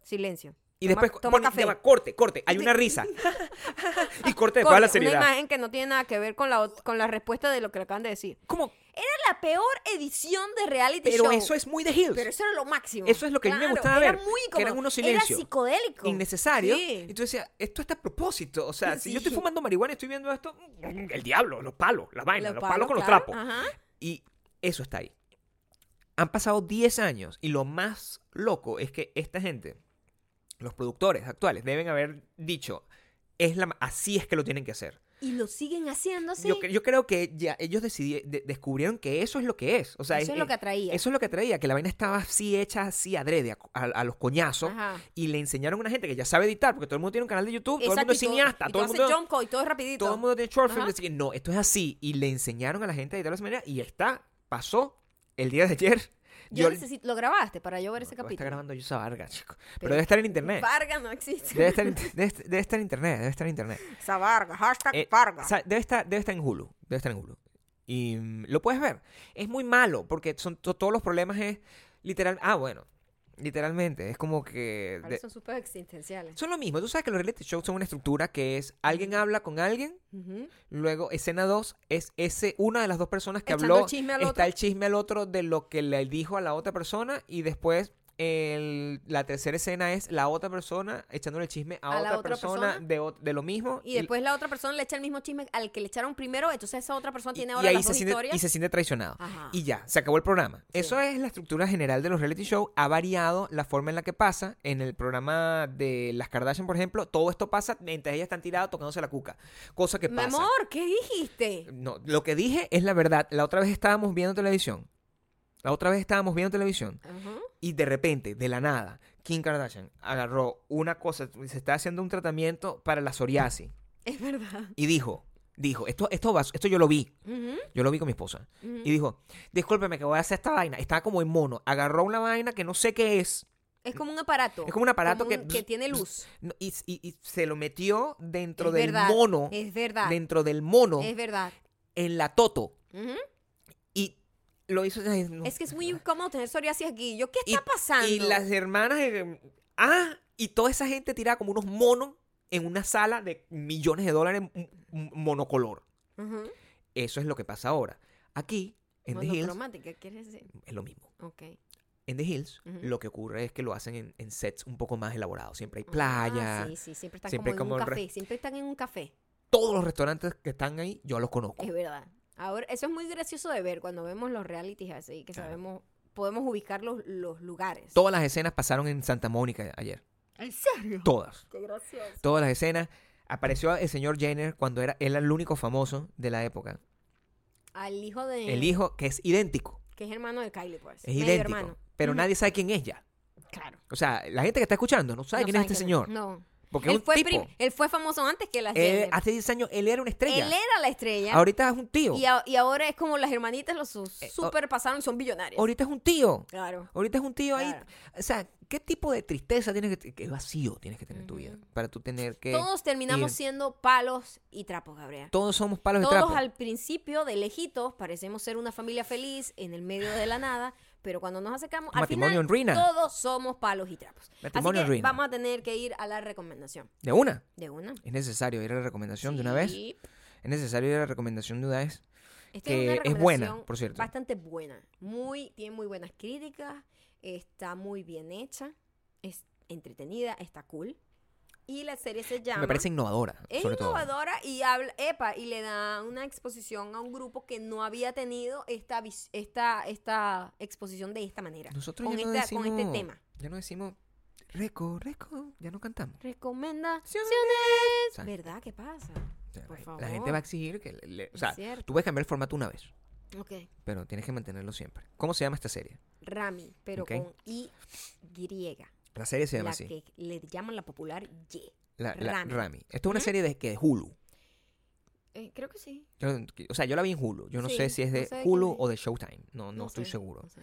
A: Silencio.
B: Y
A: Toma-
B: después
A: toma
B: pon-
A: café.
B: llama, corte, corte, hay una risa. y
A: Corte,
B: corte después a la
A: una
B: seriedad.
A: imagen que no tiene nada que ver con la, ot- con la respuesta de lo que le acaban de decir.
B: Como
A: Era la peor edición de reality
B: Pero
A: show.
B: eso es muy de Hills.
A: Pero eso era lo máximo.
B: Pues Eso es lo que a mí me gustaba
A: era
B: ver,
A: Muy
B: que
A: incómodo.
B: eran unos
A: Era
B: silencios.
A: psicodélico.
B: innecesario.
A: Sí.
B: Y tú decías, esto está a propósito. O sea, si yo estoy
A: Sí.
B: fumando marihuana y estoy viendo esto, mm, el diablo, los palos, las vainas, los, palos, con
A: claro,
B: los trapos.
A: Ajá.
B: Y eso está ahí. Han pasado 10 años y lo más loco es que esta gente, los productores actuales, deben haber dicho, es la, ma- así es que lo tienen que hacer.
A: Y lo siguen haciendo así.
B: Yo, cre- yo creo que ya ellos decidi- de- descubrieron que eso es lo que es. O sea,
A: eso es lo que atraía.
B: Eso es lo que traía, que la vaina estaba así hecha, así adrede, a, a- a los coñazos.
A: Ajá.
B: Y le enseñaron a una gente que ya sabe editar, porque todo el mundo tiene un canal de YouTube, todo el mundo es
A: y todo-
B: cineasta,
A: y
B: todo el
A: hace
B: mundo,
A: jump call y todo es rapidito.
B: todo el mundo tiene short film.
A: Ajá.
B: así que no, esto es así. Y le enseñaron a la gente a editar de esa manera y ya está, pasó el día de ayer.
A: yo necesito, lo grabaste para yo ver ese
B: Está
A: capítulo.
B: grabando yo esa Varga, chico. Pero,
A: Pero-
B: debe estar en internet.
A: Vargas no existe.
B: Debe estar, en, debe est- debe estar en internet, debe estar en internet.
A: Esa Vargas, hashtag
B: Eh,
A: Vargas.
B: o sea, debe, estar, debe estar en Hulu. Debe estar en Hulu. Y mm, lo puedes ver. Es muy malo porque son to- todos los problemas es literal. Ah, bueno. Literalmente. Es como que.
A: Ahora
B: de-
A: son súper existenciales.
B: son lo mismo. Tú sabes que los reality shows son una estructura que es alguien habla con alguien.
A: Ujú.
B: Luego, escena 2 es ese, una de las dos personas que
A: Echando
B: habló.
A: el chisme al
B: está
A: otro.
B: el chisme al otro de lo que le dijo a la otra persona. Y después, el- la tercera escena es la otra persona echándole el chisme a,
A: A la
B: otra,
A: otra
B: persona,
A: persona.
B: De, ot- de lo mismo.
A: Y después la otra persona le echa el mismo chisme al que le echaron primero, entonces esa otra persona tiene ahora
B: ahí
A: las
B: se
A: dos
B: siente,
A: historias.
B: y se siente traicionado.
A: Ajá.
B: Y ya, se acabó el programa.
A: Ah. Sí.
B: Eso es la estructura general de los reality shows. Ha variado la forma en la que pasa. En el programa de las Kardashian, por ejemplo, todo esto pasa mientras ellas están tiradas tocándose la cuca. Cosa que
A: Mi
B: pasa. Eh,
A: amor, ¿qué dijiste?
B: No, lo que dije es la verdad. La otra vez estábamos viendo televisión. La otra vez estábamos viendo televisión.
A: Ajá.
B: Y de repente, de la nada, Kim Kardashian agarró una cosa. Se está haciendo un tratamiento para la psoriasis.
A: Es verdad.
B: Y dijo, dijo, esto, esto, va- esto yo lo vi.
A: Ujú,
B: Yo lo vi con mi esposa.
A: ujú.
B: Y dijo, discúlpeme que voy a hacer esta vaina. Estaba como en mono. Agarró una vaina que no sé qué es.
A: Es como un aparato.
B: Es como un aparato que-
A: que tiene luz.
B: no- Y, y- y se lo metió dentro
A: es
B: del
A: verdad.
B: mono.
A: Es verdad.
B: Dentro del mono.
A: Es verdad.
B: En la toto.
A: Ujú.
B: Y lo hizo. ay, no.
A: Es que es muy incómodo tener psoriasis aquí. Yo, ¿qué está
B: Y
A: pasando?
B: las hermanas. eh, ah, Y toda esa gente tirada como unos monos en una sala de millones de dólares m- m- monocolor.
A: Ujú.
B: Eso es lo que pasa ahora. Aquí, en The Hills,
A: Monocromática, ¿quieres decir?
B: es lo mismo.
A: Ok.
B: En The Hills,
A: Ujú.
B: lo que ocurre es que lo hacen en, en sets un poco más elaborados. Siempre hay
A: Ah,
B: playa.
A: sí, sí, siempre están
B: siempre
A: como en un
B: como el re-
A: café. Siempre están en un café.
B: Todos los restaurantes que están ahí, yo los conozco.
A: Es verdad. Ahora, eso es muy gracioso de ver cuando vemos los realities así, que
B: Claro.
A: sabemos, podemos ubicar los, los lugares.
B: Todas las escenas pasaron en Santa Mónica ayer.
A: ¿En serio?
B: Todas.
A: Qué gracioso.
B: Todas las escenas. Apareció el señor Jenner cuando era él el único famoso de la época.
A: Al hijo de...
B: El hijo que es idéntico.
A: Que es hermano de Kylie, pues.
B: Es
A: Eh, medio
B: idéntico.
A: hermano.
B: Pero
A: Ujú.
B: nadie sabe quién es ya.
A: Claro.
B: O sea, la gente que está escuchando no sabe
A: No
B: quién
A: saben
B: es este señor.
A: No.
B: Porque es
A: Él
B: un
A: fue,
B: tipo.
A: prim- él fue famoso antes que la
B: Él-
A: Jenner.
B: hace 10 años él era una estrella.
A: Él era la estrella.
B: Ahorita es un tío.
A: y, a- y ahora es como las hermanitas los su-
B: Eh,
A: super pasaron y son billonarios.
B: Ahorita es un tío.
A: Claro.
B: Ahorita es un tío ahí.
A: Claro.
B: O sea, ¿qué tipo de tristeza tienes que qué vacío tienes que tener en tu vida para tú tener que
A: Todos terminamos
B: ir-
A: siendo palos y trapos, Gabriel.
B: todos somos palos de
A: Todos
B: trapo.
A: al principio, de lejitos, parecemos ser una familia feliz en el medio de la nada, pero cuando nos acercamos, al
B: Matrimonio
A: final,
B: en ruina.
A: todos somos palos y trapos.
B: Matrimonio
A: Así
B: en
A: que
B: ruina.
A: vamos a tener que ir a la recomendación.
B: De una.
A: De una.
B: Es necesario ir a la recomendación de una vez.
A: Sí.
B: Es necesario ir a la recomendación de una vez.
A: Esta es,
B: que
A: una
B: es buena,
A: recomendación
B: por cierto.
A: Bastante buena. Muy, tiene muy buenas críticas, está muy bien hecha, es entretenida, está cool. Y la serie se llama...
B: Me parece innovadora.
A: es
B: sobre todo.
A: innovadora y habla, epa, y le da una exposición a un grupo que no había tenido esta, vis- esta, esta exposición de esta manera.
B: Nosotros
A: con,
B: ya no
A: esta-
B: decimos,
A: con este tema.
B: Ya no decimos reco, reco, ya no cantamos.
A: Recomendaciones.
B: Exacto.
A: ¿Verdad? ¿Qué pasa?
B: O sea,
A: Por
B: la,
A: favor.
B: la gente va a exigir que le- le- o sea,
A: cierto.
B: tú puedes cambiar el formato una vez,
A: Ok.
B: pero tienes que mantenerlo siempre. ¿Cómo se llama esta serie?
A: Rami, pero
B: Ok.
A: con I griega.
B: La serie se llama
A: La
B: así.
A: que le llaman la popular Y.
B: La, la-
A: Rami.
B: Rami. Esto es una serie de, que de Hulu.
A: Eh, creo que sí.
B: Yo no- que- o sea, yo la vi en Hulu. Yo no
A: Sí,
B: sé si es
A: no
B: de
A: sé de quién
B: Hulu
A: es.
B: o de Showtime. No, no, estoy
A: sé,
B: seguro.
A: no sé.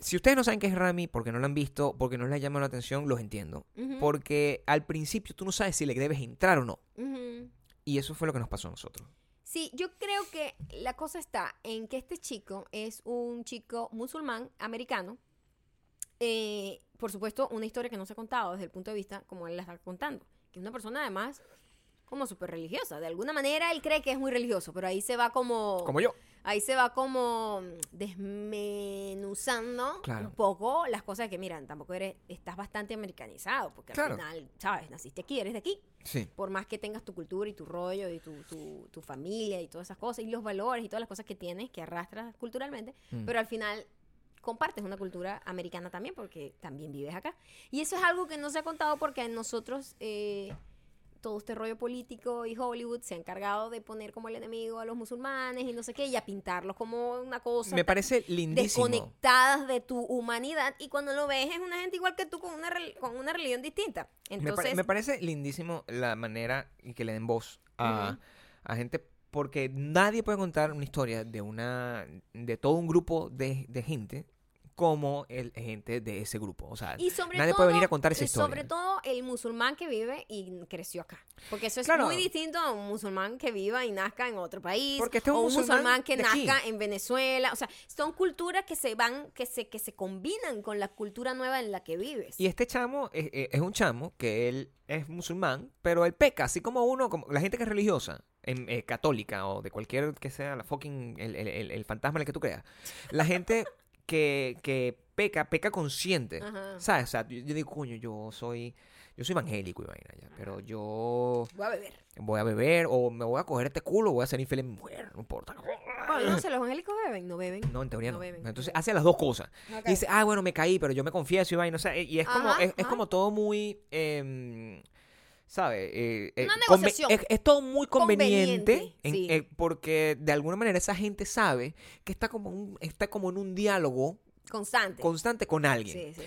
B: Si ustedes no saben qué es Rami, porque no la han visto, porque no les llama la atención, los entiendo.
A: Ujú,
B: Porque al principio tú no sabes si le debes entrar o no.
A: ujú.
B: Y eso fue lo que nos pasó a nosotros.
A: Sí, yo creo que la cosa está en que este chico es un chico musulmán americano. Eh, por supuesto, una historia que no se ha contado desde el punto de vista como él la está contando. Que es una persona, además, como súper religiosa. De alguna manera él cree que es muy religioso, pero ahí se va como.
B: Como yo.
A: ahí se va como mm, desmenuzando
B: Claro.
A: un poco las cosas que, miran, tampoco eres, estás bastante americanizado, porque
B: Claro.
A: al final, ¿sabes? Naciste aquí, eres de aquí.
B: Sí.
A: Por más que tengas tu cultura y tu rollo y tu, tu- tu familia y todas esas cosas, y los valores y todas las cosas que tienes, que arrastras culturalmente,
B: Mm.
A: pero al final compartes una cultura americana también, porque también vives acá. Y eso es algo que no se ha contado porque nosotros... eh, todo este rollo político y Hollywood se ha encargado de poner como el enemigo a los musulmanes y no sé qué, y a pintarlos como una cosa
B: Me
A: tan
B: parece lindísimo.
A: desconectadas de tu humanidad y cuando lo ves es una gente igual que tú con una, rel- con una religión distinta.
B: Me, pare-
A: Entonces,
B: me parece lindísimo la manera en que le den voz a,
A: Ujú.
B: a gente, porque nadie puede contar una historia de una de todo un grupo de, de gente como el gente de ese grupo. O sea,
A: y sobre
B: nadie
A: todo,
B: puede venir a contar
A: y
B: esa historia.
A: Sobre todo el musulmán que vive y creció acá. Porque eso es
B: Claro.
A: muy distinto a un musulmán que viva y nazca en otro país.
B: Porque este es
A: o
B: un
A: un
B: musulmán
A: musulmán que
B: de aquí.
A: nazca en Venezuela. O sea, son culturas que se van, que se, que se combinan con la cultura nueva en la que vives.
B: Y este chamo es, es- es un chamo que él es musulmán, pero él peca, así como uno, como la gente que es religiosa, en- eh, católica o de cualquier que sea la fucking, el, el- el- el fantasma en el que tú creas. La gente que, que peca, peca consciente.
A: Ajá.
B: ¿Sabes? O sea, yo, yo digo, coño, yo soy, yo soy evangélico y vaina ya, pero yo
A: Voy a beber.
B: voy a beber o me voy a coger este culo, voy a ser infeliz a mi mujer, no importa. Ah,
A: Bueno, no sé, los evangélicos beben, no beben.
B: No, en teoría
A: No
B: no.
A: beben.
B: Entonces hace las dos cosas.
A: Ok.
B: Y dice, ah, bueno, me caí, pero yo me confieso y vaina. O sea, y es como,
A: Ajá,
B: es, es
A: ajá.
B: como todo muy, eh, ¿sabe? Eh, eh,
A: Una
B: conve-
A: negociación.
B: Es, es todo muy conveniente,
A: Conveniente,
B: en-
A: sí.
B: eh, porque de alguna manera esa gente sabe que está como, un- está como en un diálogo
A: Constante.
B: constante con alguien.
A: Sí, sí.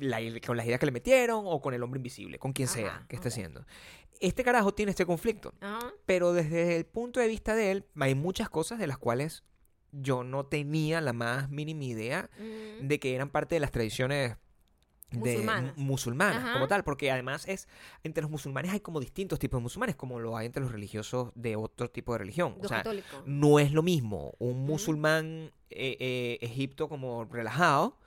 B: La- con las ideas que le metieron o con el hombre invisible, con quien
A: Ajá,
B: sea que esté
A: ok.
B: haciendo. Este carajo tiene este conflicto.
A: Ajá.
B: Pero desde el punto de vista de él, hay muchas cosas de las cuales yo no tenía la más mínima idea
A: Mm.
B: de que eran parte de las tradiciones de-
A: Musulmanas.
B: mu- musulmanas
A: Ajá.
B: como tal, porque además es, entre los musulmanes hay como distintos tipos de musulmanes, como lo hay entre los religiosos de otro tipo de religión.
A: Los
B: O sea,
A: católicos.
B: no es lo mismo un musulmán eh, eh, egipto como relajado,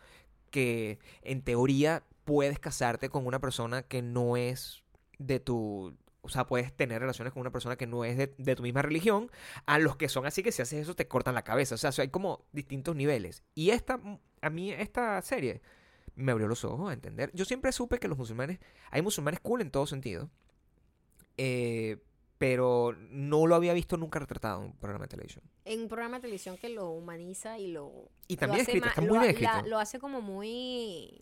B: que en teoría puedes casarte con una persona que no es de tu... O sea, puedes tener relaciones con una persona que no es de, de tu misma religión, a los que son así que si haces eso te cortan la cabeza. O sea, hay como distintos niveles. Y esta, mm, a mí esta serie me abrió los ojos a entender. Yo siempre supe que los musulmanes, hay musulmanes cool en todo sentido, eh, pero no lo había visto nunca retratado en un programa de televisión.
A: En un programa de televisión que lo humaniza y lo.
B: Y
A: lo
B: también
A: hace
B: escrito,
A: ma-
B: está
A: lo
B: muy
A: ha-
B: bien
A: la-
B: escrito.
A: lo hace como muy.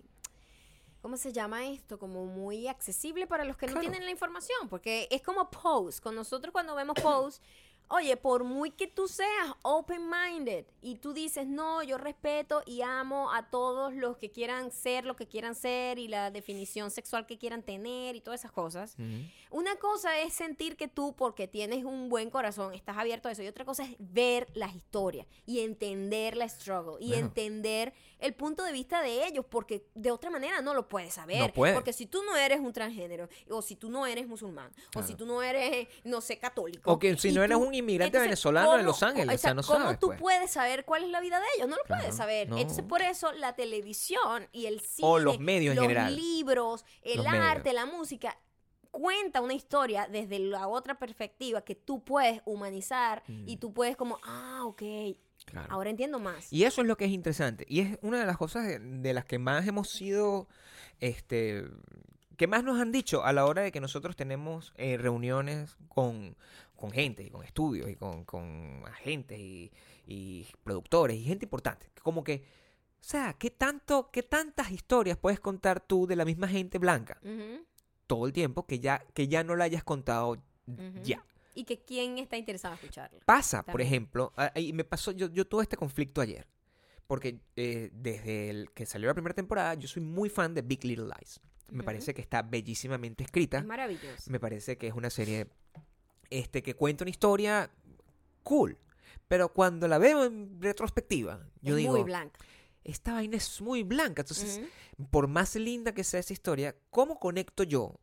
A: ¿Cómo se llama esto? Como muy accesible para los que no
B: Claro.
A: tienen la información. Porque es como Pose. Con nosotros, cuando vemos Pose. Oye, por muy que tú seas open-minded y tú dices, no, yo respeto y amo a todos los que quieran ser lo que quieran ser y la definición sexual que quieran tener y todas esas cosas,
B: Ujú.
A: una cosa es sentir que tú, porque tienes un buen corazón, estás abierto a eso. Y otra cosa es ver las historias y entender la struggle y
B: Bueno.
A: entender el punto de vista de ellos, porque de otra manera no lo puedes saber.
B: No puedes.
A: Porque si tú no eres un transgénero, o si tú no eres musulmán,
B: Claro.
A: o si tú no eres, no sé, católico.
B: O que si
A: y
B: no eres
A: tú-
B: un inmigrante
A: entonces,
B: venezolano en
A: ¿cómo-
B: Los Ángeles, o sea, no
A: ¿Cómo
B: sabes,
A: tú
B: pues.
A: puedes saber cuál es la vida de ellos? No lo
B: Claro,
A: puedes saber.
B: no.
A: Entonces, por eso la televisión y el cine,
B: O los medios en
A: los
B: general.
A: libros, el
B: Los medios.
A: arte, la música, cuenta una historia desde la otra perspectiva que tú puedes humanizar y tú puedes como, ah, ok,
B: Mm. Claro.
A: ahora entiendo más.
B: Y eso es lo que es interesante. Y es una de las cosas de, de las que más hemos sido, este, que más nos han dicho a la hora de que nosotros tenemos eh, reuniones con, con gente, y con estudios, y con, con agentes, y, y productores, y gente importante. Como que, o sea, ¿qué, tanto, ¿qué tantas historias puedes contar tú de la misma gente blanca
A: Ujú,
B: todo el tiempo que ya, que ya no la hayas contado
A: ujú.
B: ya?
A: Y que quién está interesado en escucharlo.
B: Pasa, por
A: También.
B: ejemplo, ah, y me pasó, yo, yo tuve este conflicto ayer, porque eh, desde el que salió la primera temporada, yo soy muy fan de Big Little Lies. Me
A: Ujú.
B: parece que está bellísimamente escrita,
A: Es maravilloso.
B: me parece que es una serie este, que cuenta una historia cool, pero cuando la veo en retrospectiva, yo
A: Es
B: digo,
A: muy blanca.
B: esta vaina es muy blanca, entonces,
A: Ujú.
B: por más linda que sea esa historia, ¿cómo conecto yo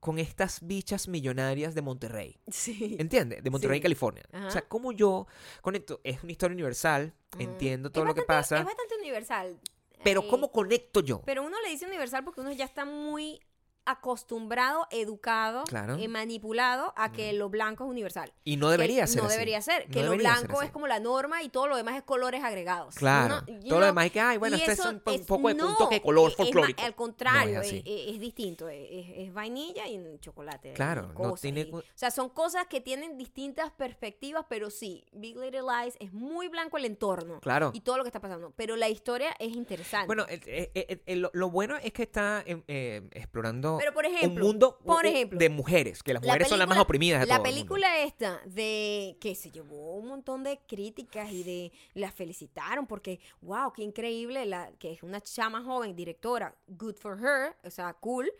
B: con estas bichas millonarias de Monterrey?
A: Sí.
B: ¿Entiendes? De Monterrey,
A: Sí.
B: California. O
A: Ajá.
B: sea, como yo conecto, es una historia universal,
A: Ujú.
B: entiendo
A: Es
B: todo lo que
A: bastante-
B: pasa,
A: Es bastante universal.
B: pero
A: Eh,
B: ¿cómo conecto yo?
A: Pero uno le dice universal porque uno ya está muy acostumbrado, educado,
B: Claro.
A: eh, manipulado a que lo blanco es universal.
B: y no debería
A: que
B: ser
A: No
B: así.
A: debería ser.
B: No
A: Que lo
B: debería ser
A: blanco
B: así.
A: es como la norma y todo lo demás es colores agregados.
B: Claro.
A: Uno- you
B: todo lo
A: know,
B: demás es que, ay, bueno,
A: y
B: este es
A: eso
B: un, po- un
A: es-
B: poco de
A: no,
B: punto que color
A: es ma-
B: folclórico.
A: al contrario,
B: No es
A: es,
B: así.
A: es- es distinto. Es, es- es vainilla y en chocolate. y
B: Claro, no
A: cosas
B: tiene
A: y-
B: cu-
A: o sea, son cosas que tienen distintas perspectivas, pero sí, Big Little Lies es muy blanco el entorno.
B: Claro.
A: Y todo lo que está pasando. Pero la historia es interesante.
B: Bueno, el- el- el- el- lo- lo bueno es que está em, eh, explorando
A: Pero, por ejemplo,
B: un mundo u-
A: por
B: u-
A: ejemplo,
B: de mujeres, que las
A: La
B: mujeres son las más
A: película-
B: oprimidas de
A: La
B: todo el mundo.
A: película esta de que se llevó un montón de críticas y de las felicitaron porque wow, qué increíble la que es una chama joven directora, good for her, o sea, cool,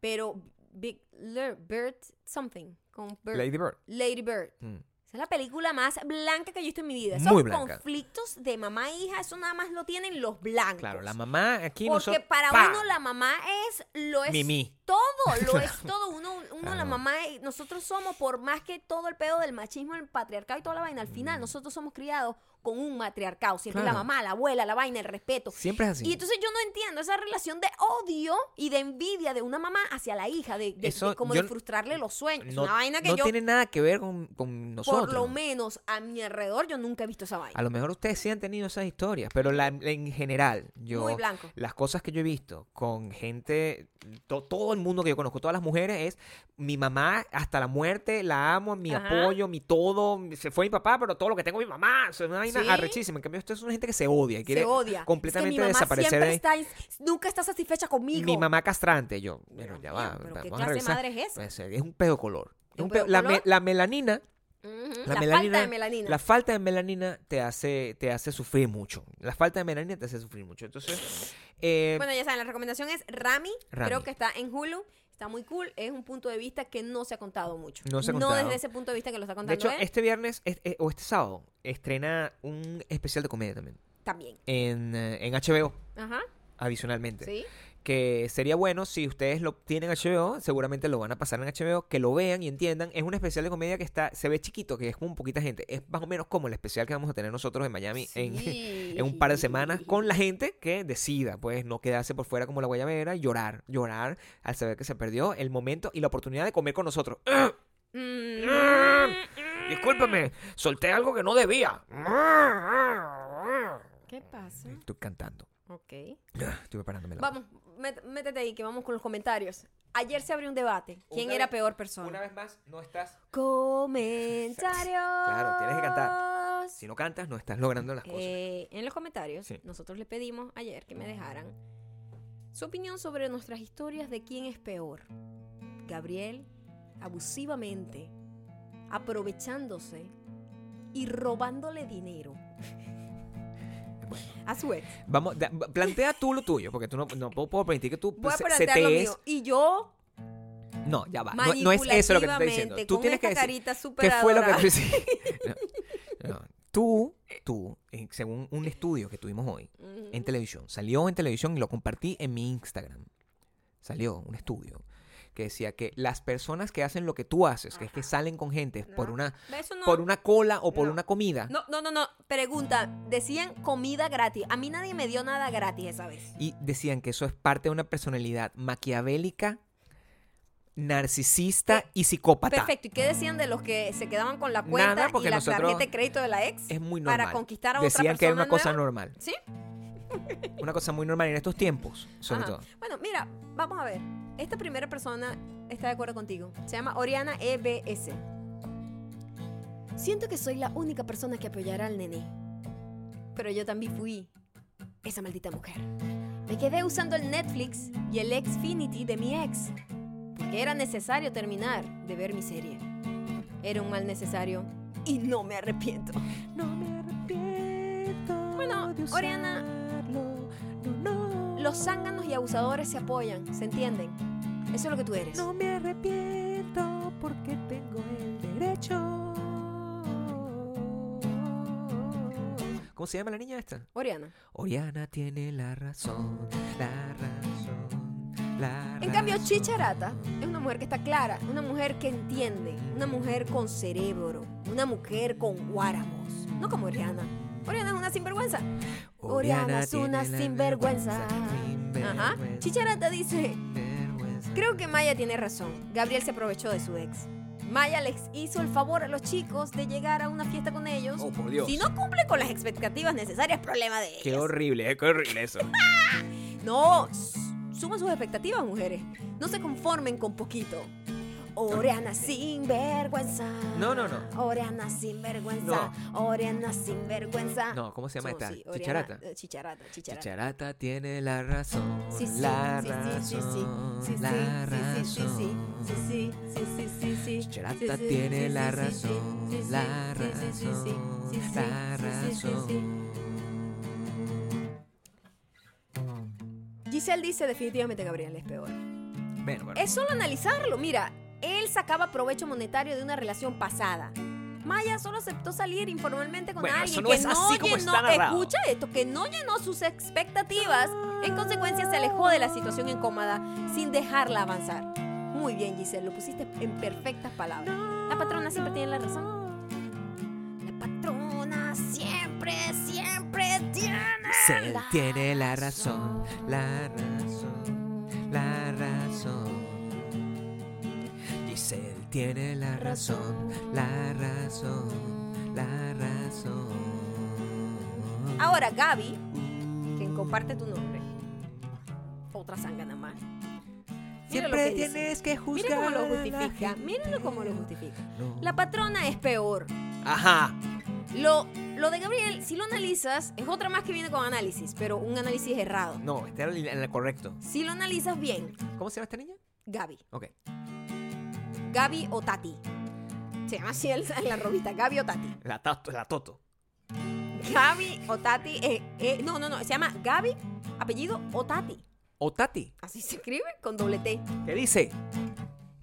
A: pero Big Lir- Bird something con Bird-
B: Lady Bird.
A: Lady Bird.
B: Mm.
A: Esa es la película más blanca que yo he visto en mi vida.
B: Muy
A: Son
B: blanca.
A: conflictos de mamá e hija, eso nada más lo tienen los blancos.
B: Claro, la mamá aquí no
A: Porque
B: son-
A: para
B: ¡pa!
A: uno la mamá es lo es
B: Mimí.
A: todo, lo es todo. Uno, uno la
B: Claro.
A: mamá, y nosotros somos, por más que todo el pedo del machismo, el patriarcado y toda la vaina, al final nosotros somos criados con un matriarcado. Siempre la
B: Mm. Claro.
A: mamá, la abuela, la vaina, el respeto.
B: Siempre es así.
A: Y entonces yo no entiendo esa relación de odio y de envidia de una mamá hacia la hija, de, de- de
B: Eso
A: como
B: yo-
A: de frustrarle los sueños. Es
B: no,
A: una vaina que
B: no
A: yo,
B: tiene nada que ver con, con nosotros.
A: por lo menos a mi alrededor, yo nunca he visto esa vaina.
B: A lo mejor ustedes sí han tenido esas historias, pero la- en general, yo
A: Muy blanco.
B: las cosas que yo he visto con gente, to- todo el mundo que yo conozco, todas las mujeres, es mi mamá hasta la muerte, la amo, mi
A: Ajá.
B: apoyo, mi todo, mi- se fue mi papá, pero todo lo que tengo es mi mamá, Eso es una vaina
A: Sí.
B: arrechísima. En cambio, esto es una gente que se odia, y quiere
A: Se odia.
B: completamente
A: es que mi mamá
B: desaparecer
A: siempre
B: de
A: está ins- nunca está satisfecha conmigo.
B: mi mamá castrante, yo, pero ya
A: Dios
B: va,
A: mío, pero
B: va-
A: ¿qué clase
B: vamos a
A: de
B: regresar.
A: madre es esa?
B: Puede ser, es un pedo color. Es
A: ¿Un
B: un
A: pedo
B: pedo- la, me-
A: color?
B: la melanina
A: Ujú,
B: La
A: La,
B: melanina-
A: falta de melanina.
B: La falta de melanina te hace, te hace sufrir mucho. La falta de melanina te hace sufrir mucho. Entonces, eh,
A: Bueno, ya saben, la recomendación es Rami.
B: Rami.
A: Creo que está en Hulu. Está muy cool. Es un punto de vista que no se ha contado mucho.
B: No se ha contado.
A: desde ese punto de vista que lo está
B: de
A: contando
B: hecho,
A: él.
B: este viernes es- eh, o este sábado estrena un especial de comedia también
A: También.
B: en, eh, en HBO,
A: Ajá.
B: adicionalmente.
A: Sí.
B: que sería bueno si ustedes lo tienen HBO, seguramente lo van a pasar en HBO, que lo vean y entiendan. Es un especial de comedia que está, se ve chiquito, que es como un poquita gente. Es más o menos como el especial que vamos a tener nosotros en Miami en,
A: Sí.
B: en un par de semanas con la gente que decida, pues, no quedarse por fuera como la guayabera, y llorar, llorar al saber que se perdió el momento y la oportunidad de comer con nosotros. ¡Ah! ¡Ugh!
A: Mm.
B: Discúlpame, solté algo que no debía.
A: ¿Qué pasa?
B: Estoy cantando. Ah,
A: Ok.
B: Estoy preparándome la
A: Vamos, met- métete ahí que vamos con los comentarios. Ayer se abrió un debate. ¿Quién
B: Una
A: era
B: vez-
A: peor persona?
B: Una vez más, no estás.
A: Comentarios.
B: Claro, tienes que cantar. Si no cantas, no estás logrando las cosas.
A: Eh, en los comentarios,
B: Sí. Ah.
A: nosotros le pedimos ayer que me dejaran su opinión sobre nuestras historias de quién es peor. Gabriel, abusivamente, aprovechándose y robándole dinero
B: Bueno.
A: a su ex.
B: Vamos, da- plantea tú lo tuyo, porque tú no, no puedo, puedo permitir que tú
A: Voy a
B: Pues se-
A: plantear lo
B: setees.
A: mío. Y yo,
B: No, ya va. No,
A: manipulativamente,
B: no es eso lo que te estoy diciendo. Tú
A: con
B: tienes
A: esta
B: que decir
A: carita super
B: qué fue lo que tú hiciste. No, no. Tú, tú, eh, según un estudio que tuvimos hoy en televisión, salió en televisión y lo compartí en mi Instagram. Salió un estudio que decía que las personas que hacen lo que tú haces, que es que salen con gente por
A: No.
B: una
A: Mm. Eso no,
B: por una cola o por
A: No.
B: una comida
A: no, no, no, no. Pregunta, decían comida gratis. A mí nadie me dio nada gratis esa vez.
B: Y decían que eso es parte de una personalidad maquiavélica, narcisista y psicópata.
A: Perfecto. ¿Y qué decían de los que se quedaban con la cuenta
B: Nada, porque
A: y la
B: nosotros-
A: tarjeta de crédito de la ex
B: Es muy normal.
A: para conquistar a otra
B: Decían
A: persona
B: que era una cosa
A: nueva?
B: normal.
A: ¿Sí?
B: Una cosa muy normal en estos tiempos, sobre
A: Ajá.
B: todo.
A: Bueno, mira, vamos a ver. Esta primera persona está de acuerdo contigo. Se llama Oriana E EBS. Siento que soy la única persona que apoyará al nené. Pero yo también fui esa maldita mujer. Me quedé usando el Netflix y el Xfinity de mi ex. Porque era necesario terminar de ver mi serie. Era un mal necesario y no me arrepiento.
B: No me arrepiento.
A: Bueno, de Oriana. Los zánganos y abusadores se apoyan, ¿se entienden? Eso es lo que tú eres.
B: me arrepiento porque tengo el derecho. ¿Cómo se llama la niña esta?
A: Oriana.
B: Oriana tiene la razón, la razón, la
A: En cambio,
B: razón.
A: Chicharata es una mujer que está clara, una mujer que entiende, una mujer con cerebro, una mujer con guáramos. No como Oriana. Oriana es una sinvergüenza. Oriana es
B: tiene
A: una
B: la
A: sinvergüenza.
B: sinvergüenza,
A: Ajá. Chicharata dice,
B: sinvergüenza.
A: creo que Maya tiene razón. Gabriel se aprovechó de su ex. Maya les hizo el favor a los chicos de llegar a una fiesta con ellos.
B: Oh, por Dios.
A: Si no cumple con las expectativas necesarias, problema de ellos.
B: Qué horrible, eh, qué horrible eso.
A: No, s- suman sus expectativas, mujeres. No se conformen con poquito. Oriana sin vergüenza.
B: No, no, no.
A: Oriana sin vergüenza. Oriana sin vergüenza.
B: No, ¿cómo se llama esta?
A: Chicharata.
B: Chicharata.
A: eh, Chicharata, chicharata.
B: Chicharata tiene la razón.
A: Sí, sí,
B: la
A: sí, sí, sí, sí,
B: razón,
A: sí, sí,
B: la
A: sí, sí, sí,
B: razón.
A: sí, sí, sí, sí, sí, sí, sí.
B: Chicharata
A: Sí, sí,
B: tiene
A: sí,
B: la
A: sí, sí, sí,
B: razón,
A: sí, sí,
B: la
A: sí, sí, sí, sí,
B: razón,
A: sí, sí,
B: la
A: sí, sí, sí, sí. Giselle dice definitivamente Gabriel es peor.
B: Bueno, bueno.
A: Es solo analizarlo. Mira, él sacaba provecho monetario de una relación pasada. Maya solo aceptó salir informalmente con
B: Bueno,
A: alguien
B: eso no
A: que
B: es
A: no
B: así como
A: llenó,
B: está narrado.
A: escucha esto, que no llenó sus expectativas. En consecuencia, se alejó de la situación incómoda sin dejarla avanzar. Muy bien, Giselle, lo pusiste en perfectas palabras. La patrona siempre tiene la razón. La patrona siempre, siempre tiene.
B: Se
A: la
B: tiene la razón, la razón, la razón. Giselle tiene la razón, la razón, la razón.
A: Ahora, Gaby, quien comparte tu nombre, otra sangana más. Mira lo
B: Siempre
A: que dice.
B: tienes que juzgar.
A: Mira cómo lo
B: a la
A: justifica.
B: gente.
A: Mírenlo cómo lo justifica.
B: No.
A: La patrona es peor.
B: Ajá.
A: Lo, lo de Gabriel, si lo analizas, es otra más que viene con análisis, pero un análisis errado.
B: No, está en el- en el correcto.
A: Si lo analizas bien,
B: ¿Cómo se llama esta niña?
A: Gaby.
B: Ok.
A: Gaby o Tati. Se llama así el- la robita, Gaby o Tati.
B: La, tato, la Toto.
A: Gaby o Tati. eh, eh, no, no, no. Se llama Gaby, apellido o Tati.
B: O Tati.
A: Así se escribe con doble T.
B: ¿Qué dice?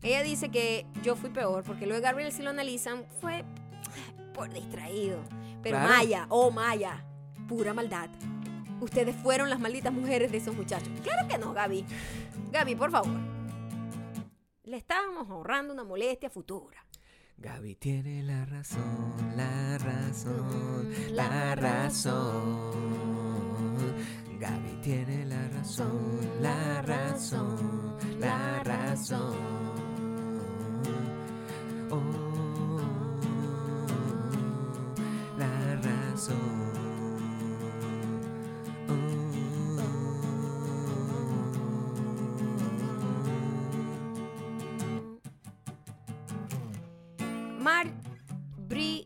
A: Ella dice que yo fui peor, porque lo de Gabriel, si lo analizan, fue por distraído. Pero
B: Claro.
A: Maya, oh Maya, pura maldad. Ustedes fueron las malditas mujeres de esos muchachos. Claro que no, Gaby. Gaby, por favor. Le estábamos ahorrando una molestia futura.
B: Gaby tiene la razón, la razón, la razón. Gaby tiene la razón, la razón, la razón. Oh, la razón.
A: Mark Bridget.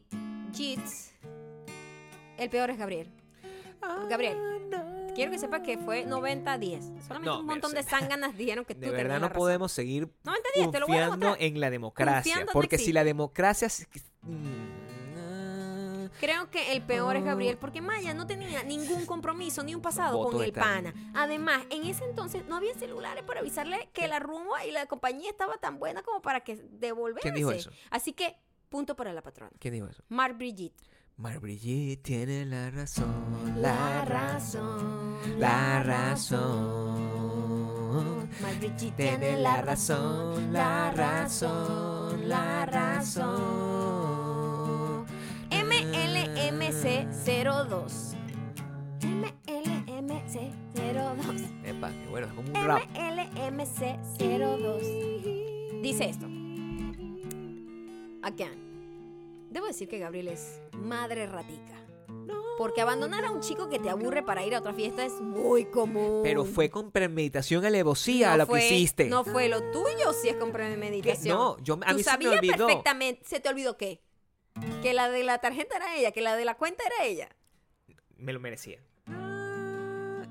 A: El peor es Gabriel. Gabriel, Quiero que sepas que fue 90-10. Solamente
B: No,
A: un montón
B: Mercedes.
A: de zánganas dijeron que tú
B: De verdad
A: tenías
B: no
A: la razón.
B: podemos seguir
A: 90-10, te lo voy a
B: confiando
A: demostrar.
B: en la democracia.
A: Confiando no
B: Porque si
A: existe.
B: la democracia... s- mm, ah,
A: Creo que el peor es
B: Oh.
A: Gabriel porque Maya no tenía ningún compromiso ni un pasado
B: Voto
A: con
B: de
A: el
B: cambio.
A: pana. Además, en ese entonces no había celulares para avisarle que la rumba y la compañía estaba tan buena como para que devolverse.
B: ¿Quién dijo eso?
A: Así que punto para la patrona.
B: ¿Quién dijo eso?
A: Mar Brigitte.
B: Mar Brigitte tiene la razón, la razón, la razón.
A: Mar Brigitte
B: Tiene la razón, la razón, la razón.
A: MLMC02. MLMC02.
B: Epa, qué bueno, es como un rap.
A: MLMC02 dice esto. Acá. Debo decir que Gabriel es madre ratica. Porque abandonar a un chico que te aburre para ir a otra fiesta es muy común.
B: Pero fue con premeditación alevosía
A: No
B: lo
A: fue-
B: que hiciste.
A: No fue lo tuyo si es con
B: ¿Qué?
A: premeditación.
B: No, yo, a
A: Tú
B: mí se me
A: sabías
B: olvidó.
A: perfectamente. ¿Se te olvidó qué? Que la de la tarjeta era ella, que la de la cuenta era ella.
B: Me lo merecía.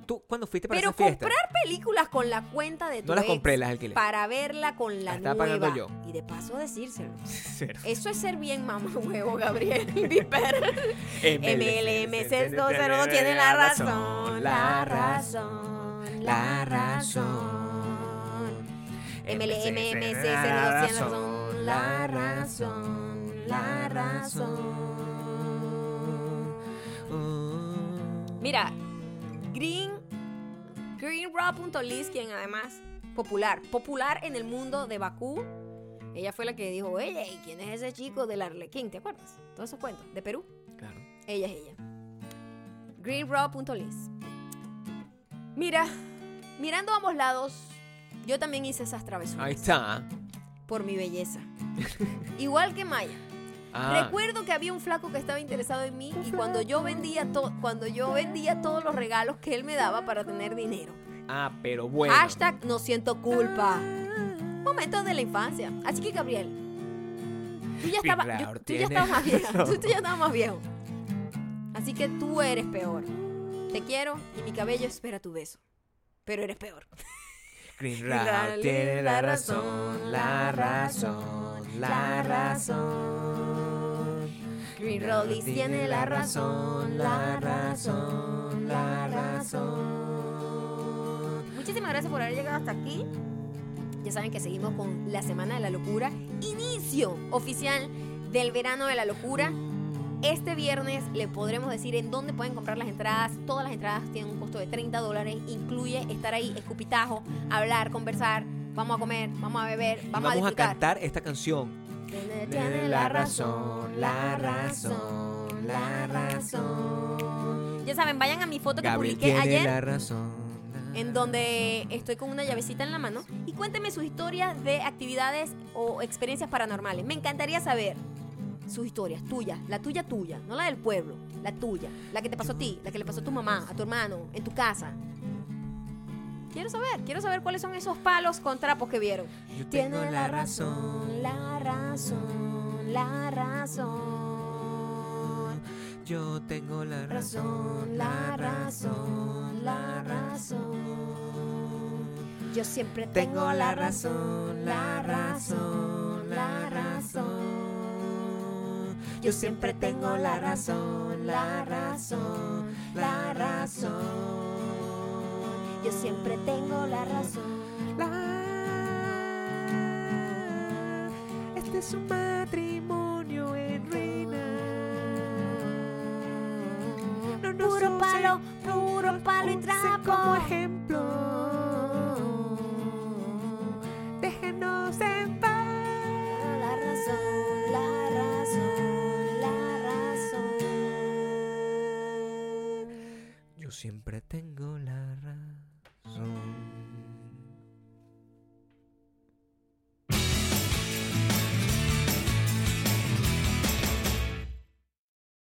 B: ¿Tú cuándo fuiste para
A: Pero
B: esa fiesta?
A: comprar películas con la cuenta de tu
B: No las
A: ex
B: compré, las alquilé.
A: Para verla con la
B: Las estaba
A: nueva.
B: pagando yo.
A: Y de paso decírselo.
B: Cero.
A: Eso es ser bien mamá huevo, Gabriel Viper. MLMC 202 tiene la razón, la razón, la razón. MLMC 02 tiene la razón, la razón, la razón. Mira, Green, GreenRaw.list, quien además popular, popular en el mundo de Bakú. Ella fue la que dijo, oye, ¿y quién es ese chico del Arlequín? ¿Te acuerdas? Todos esos cuentos, de Perú.
B: Claro.
A: Ella es ella. GreenRaw.list. Mira, mirando a ambos lados, yo también hice esas travesuras
B: Ahí está.
A: por mi belleza. Igual que Maya.
B: Ah,
A: Recuerdo que había un flaco que estaba interesado en mí y cuando yo vendía to- cuando yo vendía todos los regalos que él me daba para tener dinero.
B: ah, pero bueno.
A: Hashtag no siento culpa. Momentos de la infancia. Así que Gabriel, tú ya estabas,
B: Pilar
A: yo- tú
B: tiene
A: ya estabas más viejo. Tú,
B: razón.
A: tú ya estabas más viejo. Así que tú eres peor. Te quiero y mi cabello espera tu beso. Pero eres peor.
B: Green Rao tiene la razón, la razón, la razón.
A: Green Rollis tiene la razón, la razón, la razón. Muchísimas gracias por haber llegado hasta aquí. Ya saben que seguimos con la Semana de la Locura. Inicio oficial del verano de la locura. Este viernes le podremos decir en dónde pueden comprar las entradas. Todas las entradas tienen un costo de 30 dólares. Incluye estar ahí, escupitajo, hablar, conversar. Vamos a comer, vamos a beber,
B: Y
A: vamos,
B: vamos a
A: disfrutar.
B: cantar esta canción.
A: Tiene,
B: Tiene la razón, la razón, la razón.
A: Ya saben, vayan a mi foto que
B: Gabriel
A: publiqué
B: tiene
A: ayer,
B: la razón. la
A: en donde estoy con una llavecita en la mano, y cuéntenme sus historias de actividades o experiencias paranormales. Me encantaría saber sus historias, tuyas, la tuya tuya, no la del pueblo, la tuya, la que te pasó a ti, la que le pasó a tu mamá, a tu hermano, en tu casa. Quiero saber, quiero saber cuáles son esos palos con trapos que vieron.
B: Yo tengo
A: Tiene
B: la razón.
A: la razón, la razón.
B: Yo tengo la
A: razón, la razón, la razón. Yo siempre tengo la razón, la razón, la razón. Yo siempre tengo la razón, la razón, la razón. Yo siempre tengo la razón.
B: Este es un matrimonio en ruina. No
A: Puro palo, puro palo y trapo.
B: Déjenos en paz.
A: La razón, la razón, la razón.
B: Yo siempre tengo la razón.